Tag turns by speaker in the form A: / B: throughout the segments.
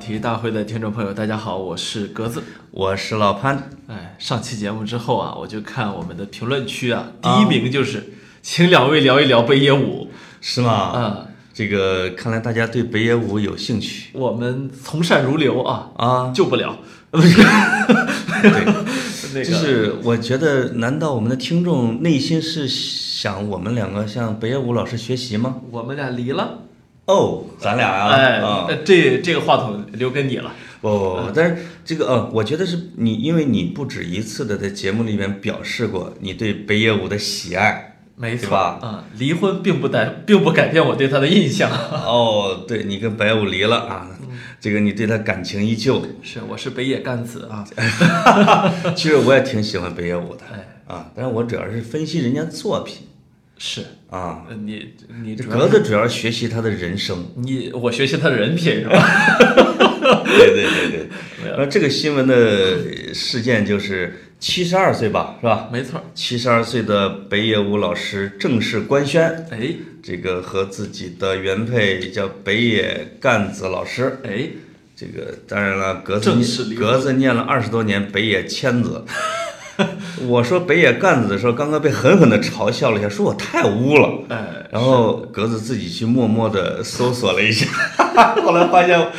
A: 题大会的听众朋友，大家好，我是格子。
B: 我是老潘，
A: 哎，上期节目之后啊，我就看我们的评论区啊，第一名就是、请两位聊一聊北野武。
B: 是吗？
A: 啊，
B: 这个看来大家对北野武有兴趣
A: 我们从善如流啊，。
B: 啊
A: 救不了。
B: 对，
A: 那个
B: 就是我觉得，难道我们的听众内心是想我们两个向北野武老师学习吗？
A: 我们俩离了，
B: 哦，咱俩啊，
A: 哎，
B: 啊
A: 呃这这个话筒留给你了。
B: 不不不，但是这个呃，我觉得是你，因为你不止一次的在节目里面表示过你对北野武的喜爱，
A: 没
B: 对
A: 错，
B: 吧？
A: 嗯，离婚并不改，并不改变我对他的印象。
B: 哦，对你跟白武离了啊，这个你对他感情依旧。
A: 是，我是北野干子啊。
B: 其实我也挺喜欢北野武的
A: 哎，
B: 啊，但是我主要是分析人家作品
A: 是，
B: 啊，
A: 呃你你
B: 这
A: 主要
B: 格子主要是学习他的人 生。
A: 你我学习他的人品是吧？
B: 对对对对。然后这个新闻的事件就是七十二岁吧，是吧？
A: 没错。
B: 七十二岁的北野武老师正式官宣，
A: 哎
B: 这个和自己的原配叫北野干子老师。
A: 哎，
B: 这个当然了，格子
A: 正式
B: 念
A: 离婚
B: 格子念了二十多年北野千子。我说北野干子的时候，刚刚被狠狠地嘲笑了一下，说我太污了。
A: 呃，
B: 然后格子自己去默默地搜索了一下， 后来发现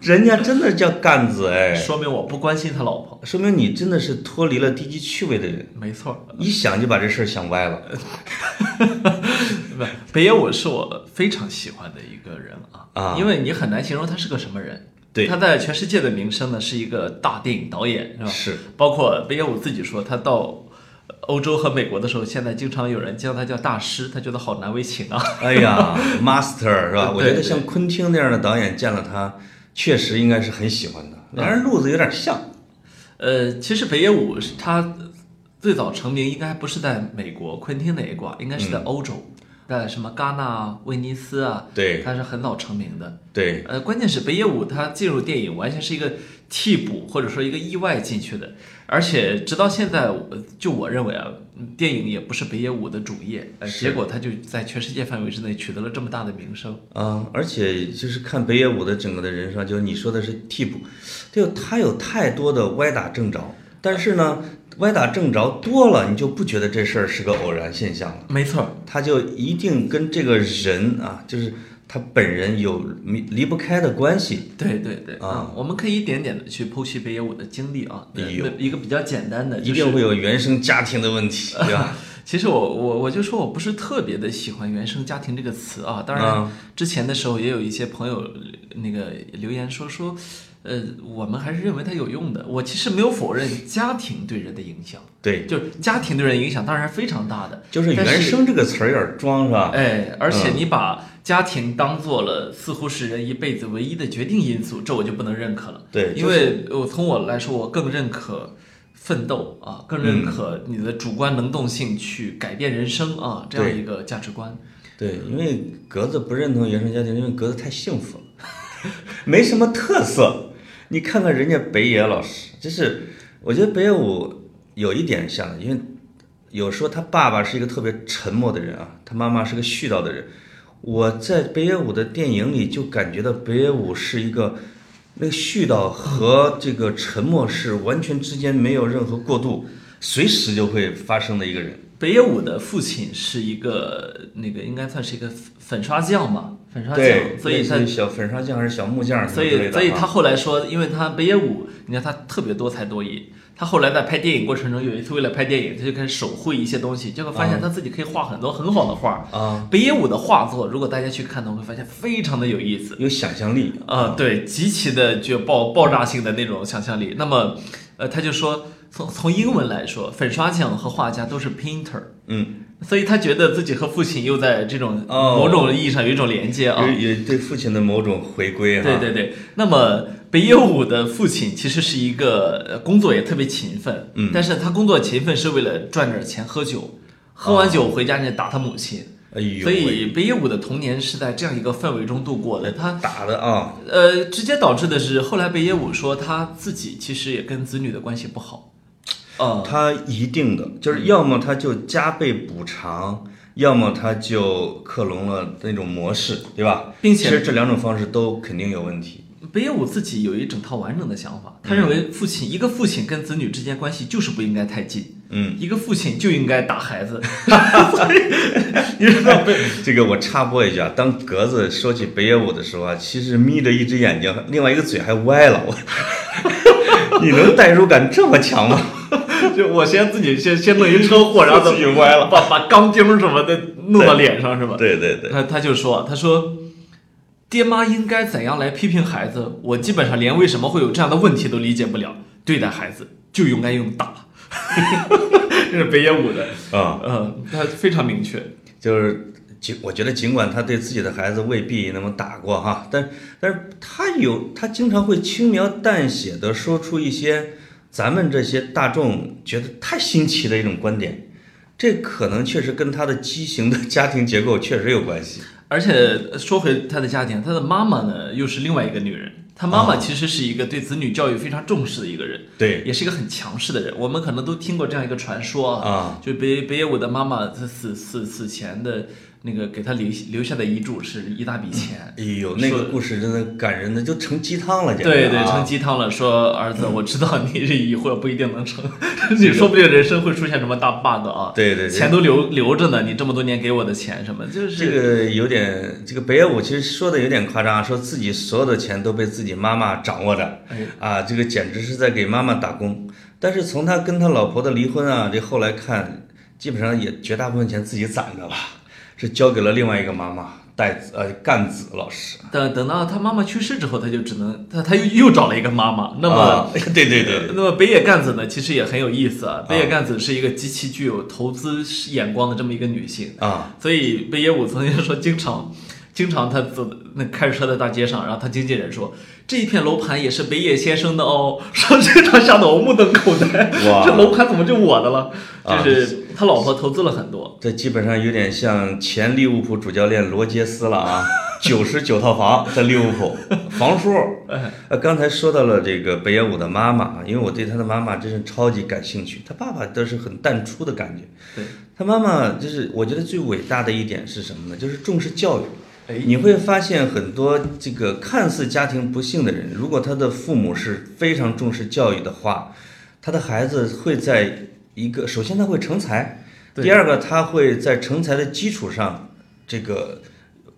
B: 人家真的叫干子哎，
A: 说明我不关心他老婆。
B: 说明你真的是脱离了低级趣味的人，
A: 没错，
B: 一想就把这事儿想歪了
A: 不，北野武是我非常喜欢的一个人啊，
B: 啊
A: 因为你很难形容他是个什么人。
B: 对
A: 他在全世界的名声呢是一个大电影导演，是吧？
B: 是
A: 包括北野武自己说，他到欧洲和美国的时候，现在经常有人叫他叫大师，他觉得好难为情啊。
B: 哎呀，master 是吧？我觉
A: 对
B: 得
A: 对
B: 像昆汀那样的导演见了他，确实应该是很喜欢的，两人路子有点像。
A: 呃，其实北野武是他最早成名应该不是在美国昆汀那一挂，应该是
B: 嗯
A: 在欧洲，在什么戛纳、啊、威尼斯啊，
B: 对
A: 他是很早成名的。
B: 对，
A: 呃，关键是北野武他进入电影完全是一个替补或者说一个意外进去的，而且直到现在，我就我认为啊，嗯电影也不是北野武的主业，呃，
B: 是
A: 结果他就在全世界范围之内取得了这么大的名声。
B: 啊，而且就是看北野武的整个的人生，就是你说的是替补，就他有太多的歪打正着，但是呢，歪打正着多了，你就不觉得这事儿是个偶然现象了，
A: 没错，
B: 他就一定跟这个人啊，就是他本人有离离不开的关系。
A: 对对对
B: 啊
A: 嗯我们可以一点点的去剖析北野武的经历啊，那
B: 哎呦
A: 那一个比较简单的，
B: 一
A: 就是
B: 定会有原生家庭的问题，对吧？
A: 其实我我我就说我不是特别的喜欢“原生家庭”这个词啊，当然
B: 嗯
A: 之前的时候也有一些朋友呃那个留言说说，呃，我们还是认为它有用的。我其实没有否认家庭对人的影响，
B: 对，
A: 就是家庭对人影响当然非常大的，
B: 就是“
A: 但
B: 原生”这啊嗯个词儿有点装，是吧？
A: 哎，而且你把家庭当做了似乎是人一辈子唯一的决定因素，这我就不能认可了。
B: 对
A: 因为我从我来说，我更认可奋斗啊，更
B: 嗯
A: 认可你的主观能动性去改变人生啊，这样
B: 对
A: 一个价值观。
B: 对，因为格子不认同原生家庭，因为格子太幸福了， 没什么特色。你看看人家北野老师，就是我觉得北野武有一点像，因为有说他爸爸是一个特别沉默的人啊，他妈妈是个絮叨的人。我在北野武的电影里就感觉到北野武是一个那个絮叨和这个沉默是完全之间没有任何过渡，随时就会发生的一个人。
A: 北野武的父亲是一个那个应该算是一个粉粉刷匠吧，粉刷匠
B: 对，，
A: 所以
B: 类
A: 他
B: 似于小粉刷匠还是小木匠什么
A: 所
B: 之类
A: 以，
B: 的
A: 所以
B: 啊
A: 他后来说，因为他北野武，你看他特别多才多艺。他后来在拍电影过程中，有一次为了拍电影，他就开始手绘一些东西，结果发
B: 嗯
A: 现他自己可以画很多很好的画。
B: 啊，
A: 北野武的画作，如果大家去看的话，会发现非常的有意思。
B: 有想象力
A: 啊、对，极其的具有爆爆炸性的那种想象力。那么，呃，他就说，从从英文来说，粉刷匠和画家都是 painter，
B: 嗯，
A: 所以他觉得自己和父亲又在这种
B: 哦
A: 某种意义上有一种连接啊、
B: 有有对父亲的某种回归哈。
A: 对对对，那么北野武的父亲其实是一个呃工作也特别勤奋，
B: 嗯
A: 但是他工作勤奋是为了赚点钱喝酒，喝完酒回家人家打他母亲，
B: 哦哎呦
A: 所
B: 喂，
A: 以北野武的童年是在这样一个氛围中度过的。他
B: 打的啊，
A: 呃，直接导致的是后来北野武说他自己其实也跟子女的关系不好，啊、
B: 他一定的就是要么他就加倍补偿，要么他就克隆了那种模式，对吧？
A: 并
B: 其实
A: 且
B: 这两种方式都肯定有问题。
A: 北野武自己有一整套完整的想法，他认为父亲、一个父亲跟子女之间关系就是不应该太近，
B: 嗯，
A: 一个父亲就应该打孩子。所以你知道北
B: 这个我插播一下，当格子说起北野武的时候啊，其实眯着一只眼睛，另外一个嘴还歪了。我， 你能代入感这么强吗？
A: 就我先自己先先弄一车祸，然后
B: 自己歪了
A: 把把钢筋什么的弄到脸上是吧？
B: 对对对，
A: 他他就说，啊他说，爹妈应该怎样来批评孩子？我基本上连为什么会有这样的问题都理解不了。对待孩子就应该用打， 这是北野武的，
B: 啊、
A: 嗯，他非常明确。
B: 就是尽，我觉得尽管他对自己的孩子未必那么打过哈，但但是他有他经常会轻描淡写的说出一些咱们这些大众觉得太新奇的一种观点，这可能确实跟他的畸形的家庭结构确实有关系。
A: 而且说回他的家庭，他的妈妈呢又是另外一个女人。他妈妈其实是一个对子女教育非常重视的一个人，
B: 哦对，
A: 也是一个很强势的人。我们可能都听过这样一个传说
B: 啊，
A: 就北北野武的妈妈，她死死死前的那个给他留留下的遗嘱是一大笔钱，
B: 哎呦，那
A: 说
B: 个故事真的感人的就成鸡汤了，简直、啊。
A: 对对，成鸡汤了，说儿子，我知道你这疑惑不一定能 成，你说不定人生会出现什么大 bug 啊。
B: 对对对
A: 钱都留留着呢，你这么多年给我的钱什么，就是
B: 这个有点，这个北野武其实说的有点夸张，说自己所有的钱都被自己妈妈掌握着，
A: 哎
B: 啊，这个简直是在给妈妈打工。但是从他跟他老婆的离婚啊，这后来看，基本上也绝大部分钱自己攒着了，是交给了另外一个妈妈带子呃干子老师。
A: 等等到他妈妈去世之后，他就只能他他又又找了一个妈妈。那么、
B: 啊 对对对，
A: 那么北野干子呢，其实也很有意思啊。北野干子是一个极其具有投资眼光的这么一个女性，
B: 啊，
A: 所以北野武曾经说，经常经常他走那开着车在大街上，然后他经纪人说这一片楼盘也是北野先生的哦，说经常吓得我目瞪口呆，
B: 哇
A: 这楼盘怎么就我的了？
B: 啊
A: 就是他老婆投资了很多，
B: 这基本上有点像前利物浦主教练罗杰斯了啊，九十九套房在利物浦，房叔。
A: 哎
B: 呃，刚才说到了这个北野武的妈妈啊，因为我对他的妈妈真是超级感兴趣，他爸爸倒是很淡出的感觉。
A: 对，
B: 他妈妈就是我觉得最伟大的一点是什么呢？就是重视教育。
A: 哎，
B: 你会发现很多这个看似家庭不幸的人，如果他的父母是非常重视教育的话，他的孩子会在一个首先他会成才，
A: 对
B: 第二个他会在成才的基础上，这个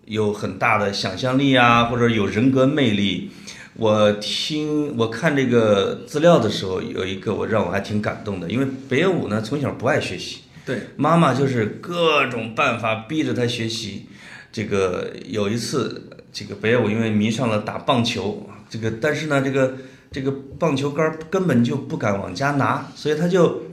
B: 有很大的想象力啊，或者有人格魅力。我听我看这个资料的时候，有一个我让我还挺感动的，因为北野武呢从小不爱学习，
A: 对，
B: 妈妈就是各种办法逼着他学习。这个有一次，这个北野武因为迷上了打棒球，啊这个但是呢，这个这个棒球杆儿根本就不敢往家拿，所以他就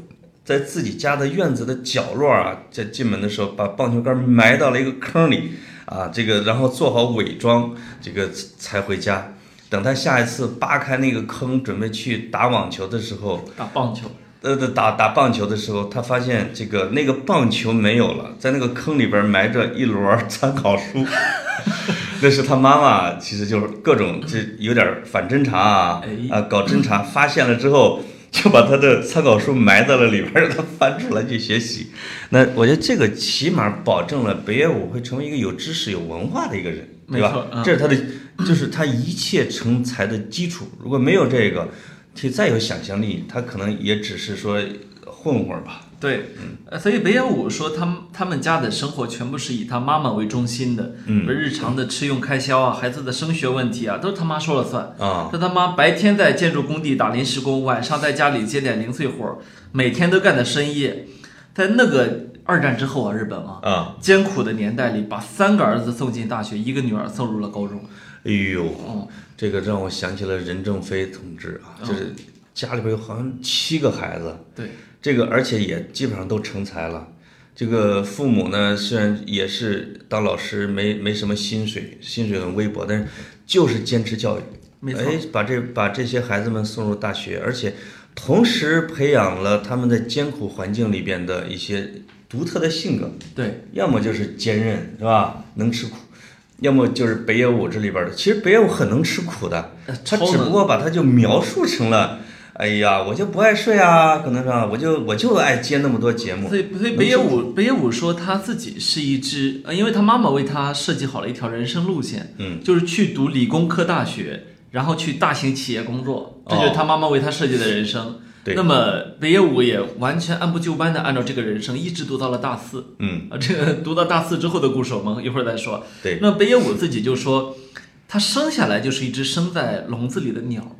B: 在自己家的院子的角落啊，在进门的时候把棒球杆埋到了一个坑里啊，这个然后做好伪装，这个才回家。等他下一次扒开那个坑准备去打网球的时候，
A: 打棒球，
B: 呃，打打棒球的时候，他发现这个那个棒球没有了，在那个坑里边埋着一摞参考书， 那是他妈妈，其实就是各种这有点反侦查啊
A: 哎
B: 啊，搞侦查，发现了之后就把他的参考书埋在了里边，让他翻出来去学习。 那我觉得这个起码保证了北野武会成为一个有知识、有文化的一个人，
A: 没
B: 对吧？
A: 错嗯
B: 这是他的，就是他一切成才的基础。如果没有这个，他再有想象力，他可能也只是说混混吧。
A: 对，呃，所以北野武说他们他们家的生活全部是以他妈妈为中心的，嗯，日常的吃用开销啊，孩子的升学问题啊，都是他妈说了算。
B: 啊、
A: 他他妈白天在建筑工地打临时工，晚上在家里接点零碎活儿，每天都干到深夜。在那个二战之后啊，日本啊，
B: 啊，
A: 艰苦的年代里，把三个儿子送进大学，一个女儿送入了高中。
B: 哎呦，
A: 嗯，
B: 这个让我想起了任正非同志啊，就是
A: 哦
B: 家里边有好像七个孩子，
A: 对，
B: 这个而且也基本上都成才了。这个父母呢，虽然也是当老师没没什么薪水，薪水很微薄，但是就是坚持教育，
A: 没错
B: 哎，把这把这些孩子们送入大学，而且同时培养了他们在艰苦环境里边的一些独特的性格。
A: 对，
B: 要么就是坚韧，是吧？能吃苦，要么就是北野武这里边的。其实北野武很能吃苦的
A: 呃，
B: 他
A: 超
B: 只不过把他就描述成了，哎呀，我就不爱睡啊，可能是吧？我就我就爱接那么多节目
A: 所。以，所以北野武，北野武说他自己是一只，呃，因为他妈妈为他设计好了一条人生路线，
B: 嗯，
A: 就是去读理工科大学，然后去大型企业工作，这
B: 哦
A: 就是他妈妈为他设计的人生。
B: 对
A: 那么北野武也完全按部就班的按照这个人生，一直读到了大四。
B: 嗯，
A: 啊，这个读到大四之后的故事，我们一会儿再说。
B: 对，
A: 那北野武自己就说，他生下来就是一只生在笼子里的鸟，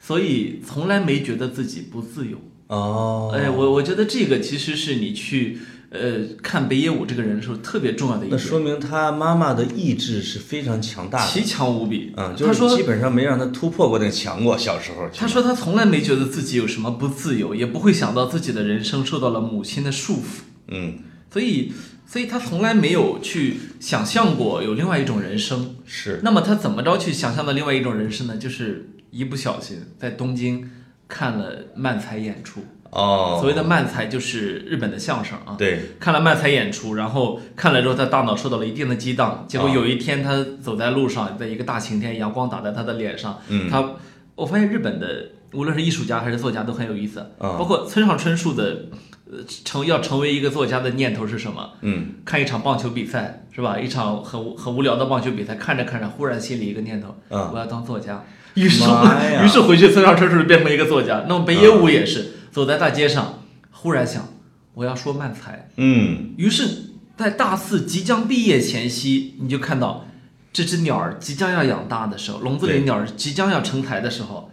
A: 所以从来没觉得自己不自由。
B: 哦，
A: 哎，我我觉得这个其实是你去呃看北野武这个人的时候特别重要的一
B: 那
A: 点，
B: 说明他妈妈的意志是非常强大的，
A: 奇强无比。
B: 嗯，
A: 他
B: 就是
A: 说
B: 基本上没让他突破过那个墙过。小时候，
A: 他说他从来没觉得自己有什么不自由，也不会想到自己的人生受到了母亲的束缚，
B: 嗯，
A: 所以，所以他从来没有去想象过有另外一种人生。
B: 是，
A: 那么他怎么着去想象的另外一种人生呢？就是一不小心在东京看了漫才演出。
B: 哦，
A: 所谓的漫才就是日本的相声啊。
B: 对，
A: 看了漫才演出，然后看了之后，他大脑受到了一定的激
B: 哦
A: 荡。结果有一天，他走在路上，在一个大晴天，阳光打在他的脸上，
B: 嗯
A: 他，我发现日本的无论是艺术家还是作家都很有意思，
B: 啊
A: 包括村上春树的，呃，成要成为一个作家的念头是什么？
B: 嗯，
A: 看一场棒球比赛是吧？一场很无很无聊的棒球比赛，看着看着，忽然心里一个念头，
B: 啊
A: 我要当作家。于是我
B: 妈 呀
A: 于是回去村上春树就变成一个作家。那么北野武也是、走在大街上，忽然想我要说漫才。
B: 嗯，
A: 于是，在大四即将毕业前夕，你就看到这只鸟儿即将要养大的时候，笼子里
B: 对
A: 鸟儿即将要成台的时候，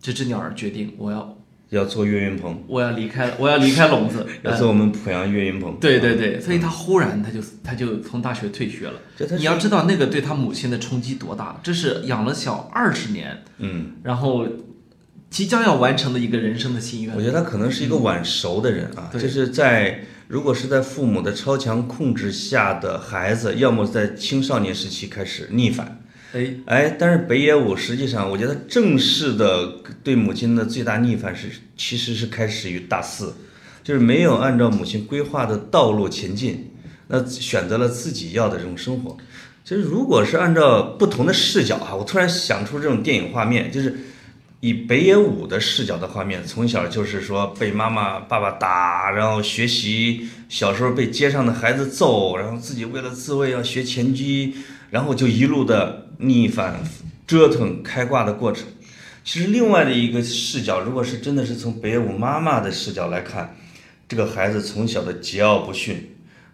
A: 这只鸟儿决定我要
B: 要做岳云鹏，
A: 我要离开了，我要离开笼 子。
B: 要
A: 呃
B: 做我们濮阳岳云鹏。
A: 对对对，所以他忽然他就他就从大学退学了
B: 这他。是
A: 你要知道那个对他母亲的冲击多大，这是养了小二十年，
B: 嗯，
A: 然后即将要完成的一个人生的心愿
B: 我。觉得他可能是一个晚熟的人啊，
A: 对
B: 就是在如果是在父母的超强控制下的孩子，要么在青少年时期开始逆反。
A: 哎，
B: 哎，但是北野武实际上，我觉得正式的对母亲的最大逆反是，其实是开始于大四，就是没有按照母亲规划的道路前进，那选择了自己要的这种生活。其实如果是按照不同的视角啊，我突然想出这种电影画面，就是以北野武的视角的画面，从小就是说被妈妈、爸爸打，然后学习，小时候被街上的孩子揍，然后自己为了自卫要学拳击，然后就一路的逆反、折腾、开挂的过程。其实另外的一个视角，如果是真的是从北野武妈妈的视角来看，这个孩子从小的桀骜不驯，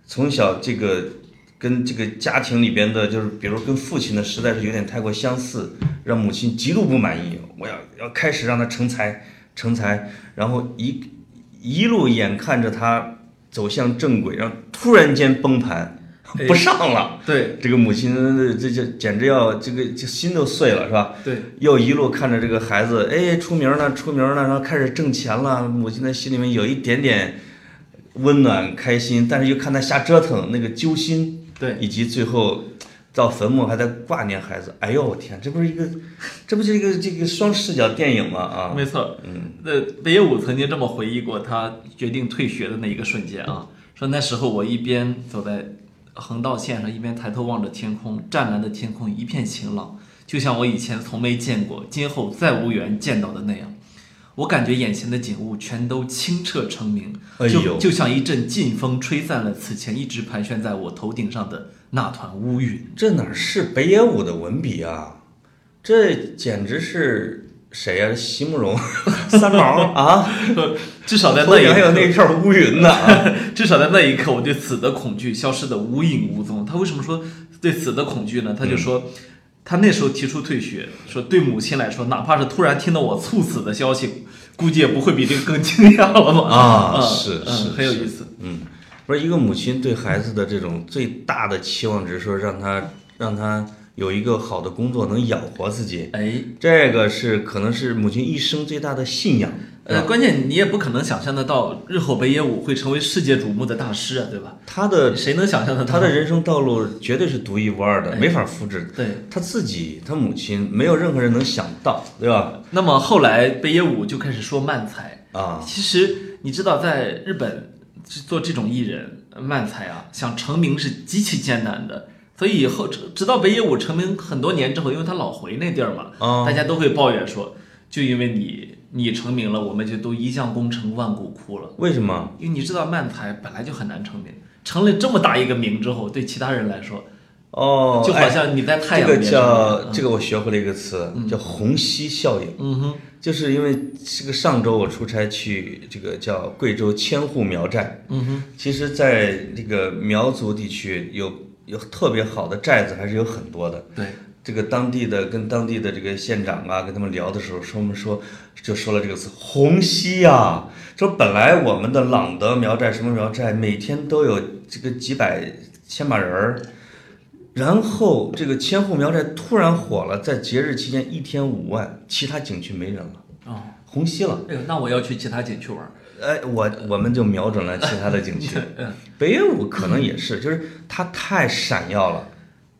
B: 从小这个跟这个家庭里边的，就是比如跟父亲的，实在是有点太过相似，让母亲极度不满意。我要要开始让他成才，成才，然后一一路眼看着他走向正轨，然后突然间崩盘，
A: 哎
B: 不上了。
A: 对
B: 这个母亲这这简直要这个这心都碎了，是吧？
A: 对，
B: 又一路看着这个孩子，哎，出名了，出名了，然后开始挣钱了，母亲的心里面有一点点温暖、开心，但是又看他瞎折腾，那个揪心，
A: 对，
B: 以及最后到坟墓还在挂念孩子，哎呦我天，这不是一个， 这不是一个这个双视角电影吗？啊，
A: 没错，嗯，那北野武曾经这么回忆过他决定退学的那一个瞬间啊，说那时候我一边走在横道线上，一边抬头望着天空，湛蓝的天空一片晴朗，就像我以前从没见过，今后再无缘见到的那样。我感觉眼前的景物全都清澈澄明，
B: 哎
A: 就、
B: 呦
A: 就像一阵劲风吹散了此前一直盘旋在我头顶上的那团乌云。
B: 这哪是北野武的文笔啊？这简直是谁呀、席慕容、 三毛啊！
A: 至少在
B: 头
A: 那一
B: 顶还有
A: 刻
B: 那片乌云呢。
A: 至少在那一刻，我对死的恐惧消失的无影无踪。他为什么说对死的恐惧呢？他就说，他那时候提出退学，说对母亲来说，哪怕是突然听到我猝死的消息，估计也不会比这个更惊讶了吧？
B: 啊
A: 嗯
B: 是
A: 嗯
B: 是
A: 很有
B: 是
A: 意思。
B: 不是一个母亲对孩子的这种最大的期望值，说让他让他有一个好的工作能养活自己，
A: 哎，
B: 这个是可能是母亲一生最大的信仰。
A: 呃，关键你也不可能想象得到，日后北野武会成为世界瞩目的大师啊，对吧？
B: 他 的
A: 谁能想象得到？
B: 他的人生道路绝对是独一无二的，
A: 哎
B: 没法复制。
A: 对。
B: 他自己，他母亲，没有任何人能想到，对吧？
A: 那么后来北野武就开始说漫才，
B: 啊，
A: 其实你知道，在日本做这种艺人漫才啊，想成名是极其艰难的。所以以后直直到北野武成名很多年之后，因为他老回那地儿嘛，
B: 哦
A: 大家都会抱怨说，就因为你你成名了，我们就都一将功成万骨枯了。
B: 为什么？
A: 因为你知道漫才本来就很难成名，成了这么大一个名之后，对其他人来说，
B: 哦，
A: 就好像你在太阳
B: 这
A: 面
B: 个
A: 上
B: 叫
A: 面
B: 这个我学会了一个词，叫虹吸效应。
A: 嗯哼，
B: 就是因为这个上周我出差去这个叫贵州千户苗寨，
A: 嗯哼，
B: 其实在这个苗族地区有有特别好的寨子还是有很多的。
A: 对，
B: 这个当地的跟当地的这个县长啊，跟他们聊的时候，说我们说就说了这个词“虹吸”啊，说本来我们的朗德苗寨、什么苗寨，每天都有这个几百千把人儿，然后这个千户苗寨突然火了，在节日期间一天五万，其他景区没人了，
A: 哦，
B: 虹吸了。
A: 哎呦，那我要去其他景区玩儿。
B: 哎，我我们就瞄准了其他的景区，北野武可能也是，就是它太闪耀了，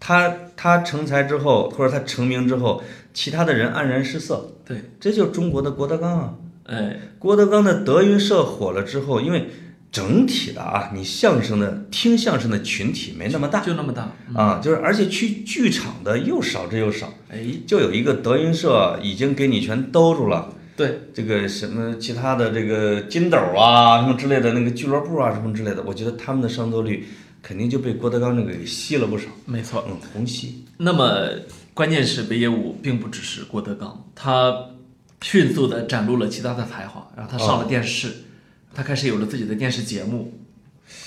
B: 它它成才之后，或者它成名之后，其他的人黯然失色，
A: 对，
B: 这就是中国的郭德纲啊。
A: 哎，
B: 郭德纲的德云社火了之后，因为整体的啊，你相声的听相声的群体没那么大
A: 就那么大。
B: 啊，就是而且去剧场的又少之又少，
A: 哎，
B: 就有一个德云社已经给你全兜住了。
A: 对，
B: 这个什么其他的这个金斗啊什么之类的那个俱乐部啊什么之类的，我觉得他们的上座率肯定就被郭德纲这个给吸了不少。
A: 没错。
B: 嗯，红吸。
A: 那么关键是北野武并不只是郭德纲，他迅速的展露了其他的才华，然后他上了电视，他开始有了自己的电视节目。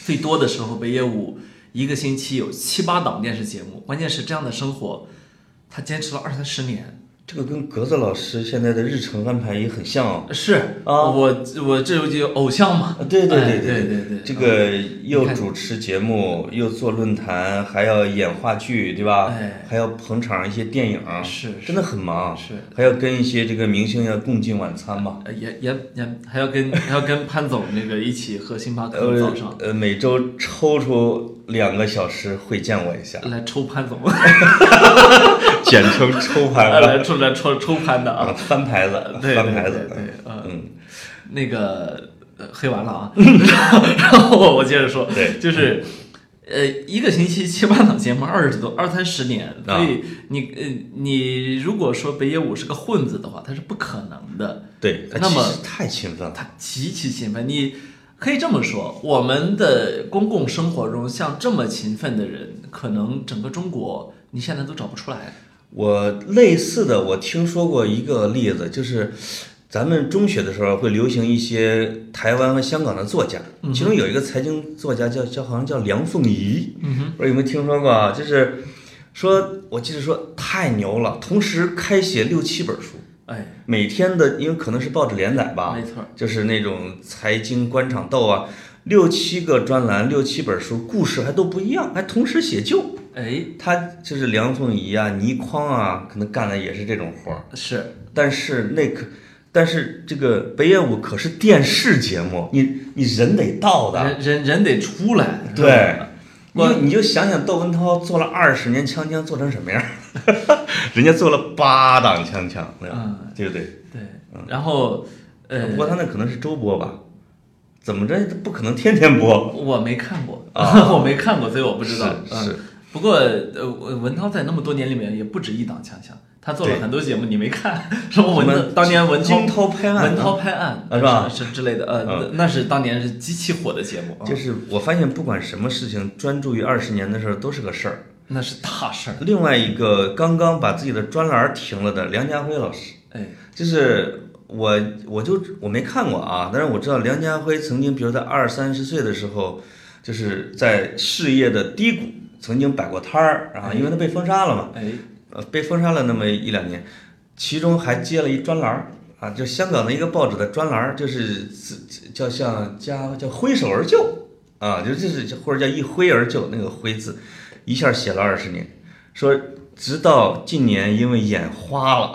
A: 最多的时候，北野武一个星期有七八档电视节目。关键是这样的生活，他坚持了二三十年。
B: 这个跟格子老师现在的日程安排也很像哦。
A: 是
B: 啊
A: 我我这就偶像嘛
B: 啊，。对对
A: 哎
B: 对
A: 对
B: 对
A: 对，嗯
B: 这个又主持节目，又做论坛，还要演话剧，对吧？
A: 哎
B: 还要捧场一些电影，
A: 是
B: 真的很忙。
A: 是，
B: 还要跟一些这个明星要共进晚餐嘛。
A: 呃也也也还要跟还要跟潘总那个一起喝星巴克
B: 呃
A: 早上
B: 呃，每周抽出两个小时会见我一下，
A: 来抽潘总，
B: 简称抽牌子
A: 来抽来抽抽潘的啊。
B: 啊，翻牌子，
A: 对
B: 翻牌
A: 对
B: 子
A: 对，对，呃
B: 嗯，
A: 那个呃黑完了 啊，然后我我接着说，
B: 对，
A: 就是呃一个星期七八档节目，二十多二三十年，
B: 啊
A: 所以你呃你如果说北野武是个混子的话，他是不可能的，
B: 对，他
A: 那么
B: 其实太勤奋了，
A: 他极其勤奋，你。可以这么说，我们的公共生活中像这么勤奋的人，可能整个中国你现在都找不出来。
B: 我类似的，我听说过一个例子，就是咱们中学的时候会流行一些台湾和香港的作家，其中有一个财经作家叫叫好像叫梁凤仪，不知道有没有听说过啊？就是说，我记得说太牛了，同时开写六七本书，
A: 哎，
B: 每天的因为可能是报纸连载吧，
A: 没错，
B: 就是那种财经官场斗啊，六七个专栏，六七本书，故事还都不一样，还同时写就。
A: 哎，
B: 他就是梁凤仪啊、倪匡啊，可能干的也是这种活儿。
A: 是
B: 但是那可，但是这个北野武可是电视节目，你你人得到的。
A: 人人人得出来。是吧
B: 对，你
A: 我
B: 就你就想想窦文涛做了二十年锵锵，做成什么样？ 人家做了八档锵锵，对吧？
A: 嗯，
B: 对不对？
A: 对，然后呃
B: 不，过他那可能是周播吧，怎么着不可能天天播。
A: 我没看过，
B: 啊
A: 我没看过，所以我不知道。
B: 是是
A: 嗯不过呃，文文涛在那么多年里面也不止一档强强，他做了
B: 对
A: 很多节目，你没看？什么文
B: 什
A: 涛
B: 么
A: 当年文涛
B: 惊涛拍案
A: 文
B: 啊
A: 涛拍案
B: 啊是吧
A: 是之类的，呃，
B: 嗯
A: 那那是当年是极其火的节目，啊
B: 就是我发现，不管什么事情，专注于二十年的事儿都是个事儿。
A: 那是大事儿。
B: 另外一个刚刚把自己的专栏停了的梁家辉老师，
A: 哎，
B: 就是我，我就我没看过啊，但是我知道梁家辉曾经，比如在二三十岁的时候，就是在事业的低谷，曾经摆过摊儿啊，因为他被封杀了嘛，
A: 哎，
B: 呃，被封杀了那么一两年，其中还接了一专栏儿啊，就香港的一个报纸的专栏儿，就是自叫像加叫挥手而就啊，就就是叫或者叫一挥而就那个挥字，一下写了二十年，说直到近年因为眼花了，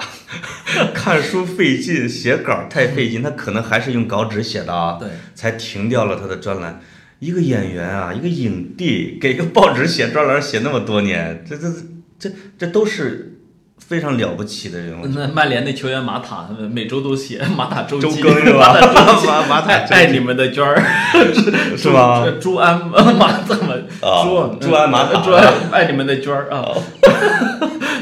B: 看书费劲，写稿儿太费劲，他可能还是用稿纸写的啊，
A: 对，
B: 才停掉了他的专栏。一个演员啊，一个影帝，给个报纸写专栏写那么多年，这这这这都是非常了不起的人物。
A: 那曼联那球员马塔每周都写马塔周
B: 周
A: 记哎
B: 更是吧？ 马马
A: 爱
B: 塔周
A: 爱你们的娟儿。
B: 记是吧？
A: 朱？朱安 马怎么？
B: 啊
A: 朱
B: 朱安马塔哦
A: 朱安爱你们的娟儿啊！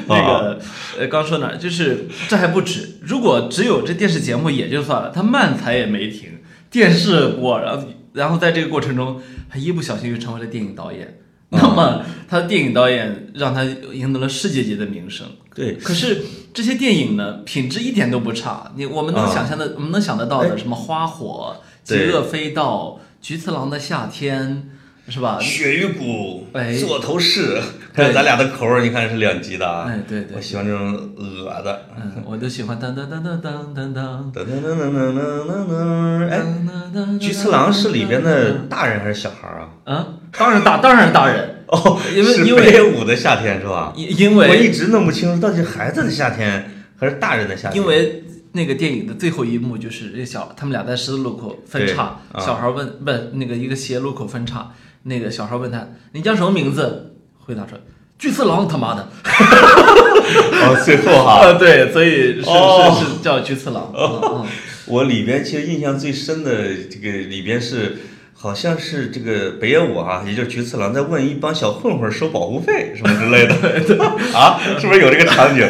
A: 那个呃，刚说哪儿？就是这还不止，如果只有这电视节目也就算了，他漫才也没停，电视播，然后然后在这个过程中，他一不小心就成为了电影导演。
B: 哦
A: 那么他的电影导演让他赢得了世界级的名声。
B: 对，
A: 可是这些电影呢，品质一点都不差。你我们能
B: 啊
A: 想象的，我们能想得到的，什么《花火》《极
B: 哎对
A: 恶飞盗》《菊次郎的夏天》，是吧？
B: 鳕鱼骨
A: 啊哎、
B: 座头市，还有咱俩的口味儿，你看是两级的啊。
A: 哎，对对
B: 我，喜欢这种恶的。
A: 嗯，我就喜欢当当当当当当当。
B: 噔噔噔噔噔噔噔噔，哎，
A: 哎
B: 菊次郎是里边的大人还是小孩儿啊？
A: 啊，当然大，当然大人，
B: 哦，
A: 因为
B: 是
A: 因为
B: 北野武的夏天是吧？
A: 因因
B: 我
A: 为
B: 一直弄不清楚到底是孩子的夏天还是大人的夏天。
A: 因为那个电影的最后一幕就是这小他们俩在十字路口分叉，
B: 对啊
A: 小孩问不是那个一个斜路口分叉，那个小孩问他你叫什么名字？回答说巨次郎他妈的
B: 哦，最后哈，
A: 啊， 对，所以是
B: 哦
A: 是是叫巨次郎，嗯嗯
B: 我里边其实印象最深的这个里边是，好像是这个北野武啊，也就是菊次郎在问一帮小混混收保护费什么 之类的 啊，是不是有这个场景？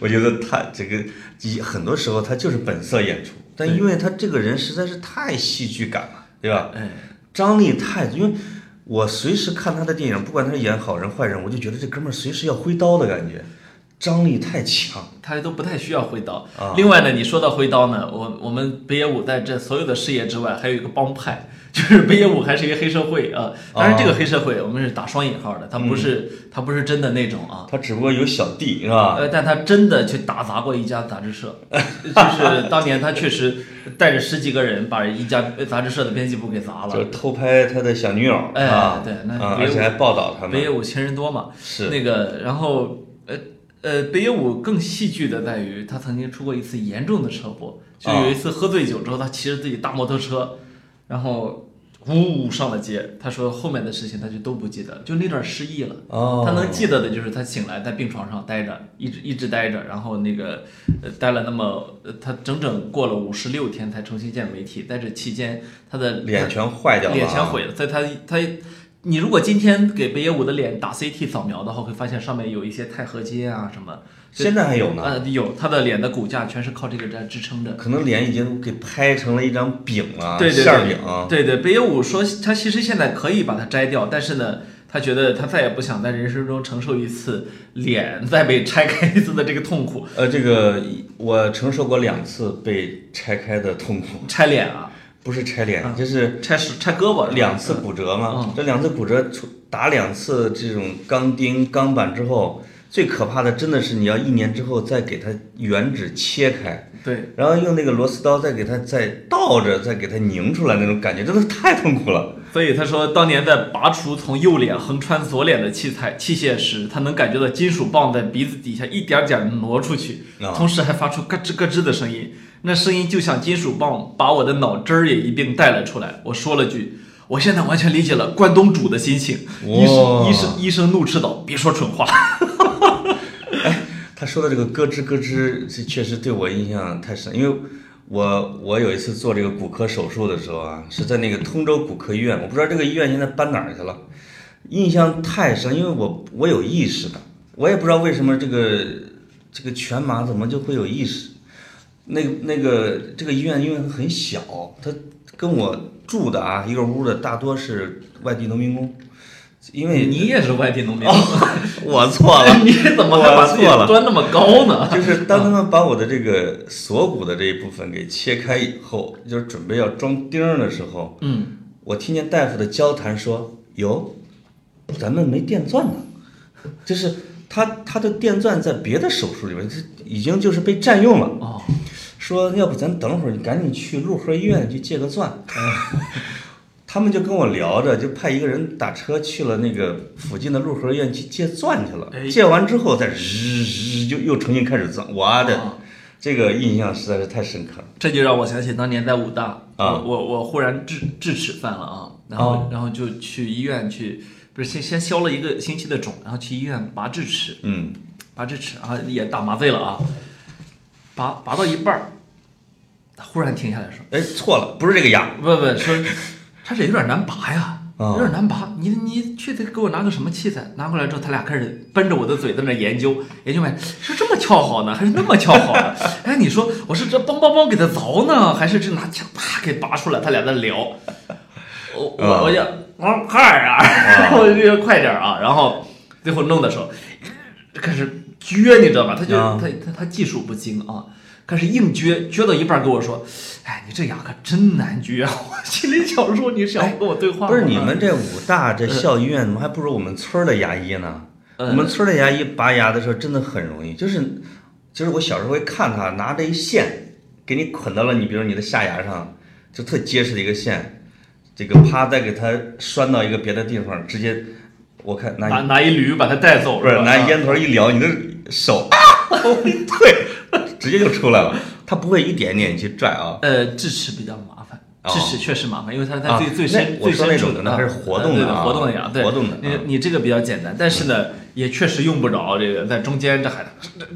B: 我觉得他这个一很多时候他就是本色演出，但因为他这个人实在是太戏剧感了，对吧？
A: 哎，
B: 张力太，因为我随时看他的电影，不管他是演好人坏人，我就觉得这哥们儿随时要挥刀的感觉，张力太强。
A: 他都不太需要挥刀
B: 啊。
A: 另外呢，你说到挥刀呢，我我们北野武在这所有的事业之外，还有一个帮派， 就是北野武还是一个黑社会啊。当然，这个黑社会我们是打双引号的，他不
B: 嗯
A: 是他不是真的那种啊。
B: 他只不过有小弟是吧？
A: 呃，但他真的去打砸过一家杂志社， 就是当年他确实带着十几个人把一家杂志社的编辑部给砸
B: 就
A: 了。
B: 是偷拍他的小女友，
A: 哎
B: 啊，
A: 对那
B: 啊
A: 北野
B: 而
A: 武
B: 且还报道他
A: 北野
B: 们，
A: 武情人多嘛，
B: 是
A: 那个，然后呃呃，北野武更戏剧的在于他曾经出过一次严重的车祸，就
B: 啊
A: 有一次喝醉酒之后，他骑着自己大摩托车，然后呜呜上了街。他说后面的事情他就都不记得，就那段失忆了。
B: 哦，
A: 他能记得的就是他醒来在病床上待着，一直一直待着，然后那个呃待了那么呃他整整过了五十六天才重新见媒体，在这期间他的
B: 脸全坏掉了，啊
A: 脸全，毁了。在他他，你如果今天给北野武的脸打 CT 扫描的话，会发现上面有一些钛合金啊什么。
B: 现在还有呢，
A: 呃，有他的脸的骨架全是靠这个在支撑着。
B: 可能脸已经给拍成了一张饼了，
A: 对对对
B: 啊馅儿饼，
A: 对对，北野武说他其实现在可以把它摘掉，但是呢，他觉得他再也不想在人生中承受一次脸再被拆开一次的这个痛苦，
B: 呃，这个我承受过两次被拆开的痛苦，
A: 拆脸啊，
B: 不是拆脸，就是
A: 拆手拆胳膊是吧
B: 两次骨折嘛，这两次骨折出打两次这种钢钉钢板之后，最可怕的真的是你要一年之后再给它原址切开。
A: 对，
B: 然后用那个螺丝刀再给它再倒着，再给它拧出来那种感觉，真的是太痛苦了。
A: 所以他说，当年在拔除从右脸横穿左脸的器材器械时，他能感觉到金属棒在鼻子底下一点点挪出去，
B: 啊
A: 同时还发出咯吱咯吱的声音。那声音就像金属棒把我的脑汁儿也一并带了出来。我说了句：“我现在完全理解了关东煮的心情。”医生
B: 哇
A: 医生医生怒斥道：“别说蠢话。
B: 他说的这个咯吱咯吱，这确实对我印象太深，因为我我有一次做这个骨科手术的时候啊，是在那个通州骨科医院，我不知道这个医院现在搬哪儿去了，印象太深，因为我我有意识的，我也不知道为什么这个这个全麻怎么就会有意识。那个那个这个医院因为很小，它跟我住的啊一个屋的大多是外地农民工，”因为
A: 你也是外地农民，
B: 我错了，
A: 你怎么还把自己
B: 哦我错了
A: 端那么高呢？
B: 就是当他们把我的这个锁骨的这一部分给切开以后，就是准备要装钉儿的时候，
A: 嗯，
B: 我听见大夫的交谈说：“哟，咱们没电钻呢。”就是他他的电钻在别的手术里面，这已经就是被占用了。
A: 哦，
B: 说要不咱等会儿你赶紧去陆河医院去借个钻。他们就跟我聊着，就派一个人打车去了那个附近的陆河医院去借钻去了。
A: 哎
B: 借完之后再日日就又重新开始钻，我的、
A: 啊
B: 这个印象实在是太深刻了。
A: 这就让我想起当年在武大，
B: 啊
A: 我我我忽然智智齿犯了啊，然后、然后就去医院去，不是先先消了一个星期的肿，然后去医院拔智齿，
B: 嗯，
A: 拔智齿啊也打麻醉了啊，拔拔到一半儿，他忽然停下来说，
B: 哎，错了，不是这个牙，
A: 不不说，他这有点难拔呀。
B: 啊
A: 有点难拔，你你去得给我拿个什么器材？拿过来之后，他俩开始奔着我的嘴在那研究，研究完是这么撬好呢，还是那么撬好呢？哎，你说我是这梆梆梆给他凿呢，还是这拿枪啪给拔出来？他俩在聊，我我
B: 啊
A: 我要王快啊，然 后就快点儿啊，然后最后弄的时候开始撅，你知道吧？他就
B: 啊
A: 他他他技术不精啊。开始硬撅，撅到一半跟我说：“哎，你这牙可真难撅啊！”我心里想说：“你是要跟我对话吗？”
B: 哎不是你们这武大这校医院怎么还不如我们村儿的牙医呢？我们村儿的牙医拔牙的时候真的很容易，就是就是我小时候会看他拿着一线给你捆到了你，比如你的下牙上，就特结实的一个线，这个啪再给它拴到一个别的地方，直接我看拿
A: 拿拿一驴把他带走，
B: 不是
A: 吧
B: 拿烟头啊一撩，你的手啊，对，直接就出来了。他不会一点点去拽啊，
A: 呃，智齿比较麻烦，
B: 哦
A: 智齿确实麻烦，因为它在
B: 啊
A: 最最
B: 那
A: 深
B: 我
A: 最
B: 说
A: 深
B: 那
A: 处
B: 种的呢还是活动
A: 呃对
B: 的
A: 对
B: 啊
A: 活动的牙，对
B: 活动的
A: 你
B: 啊嗯
A: 你这个比较简单，但是呢，也确实用不着这个在中间这还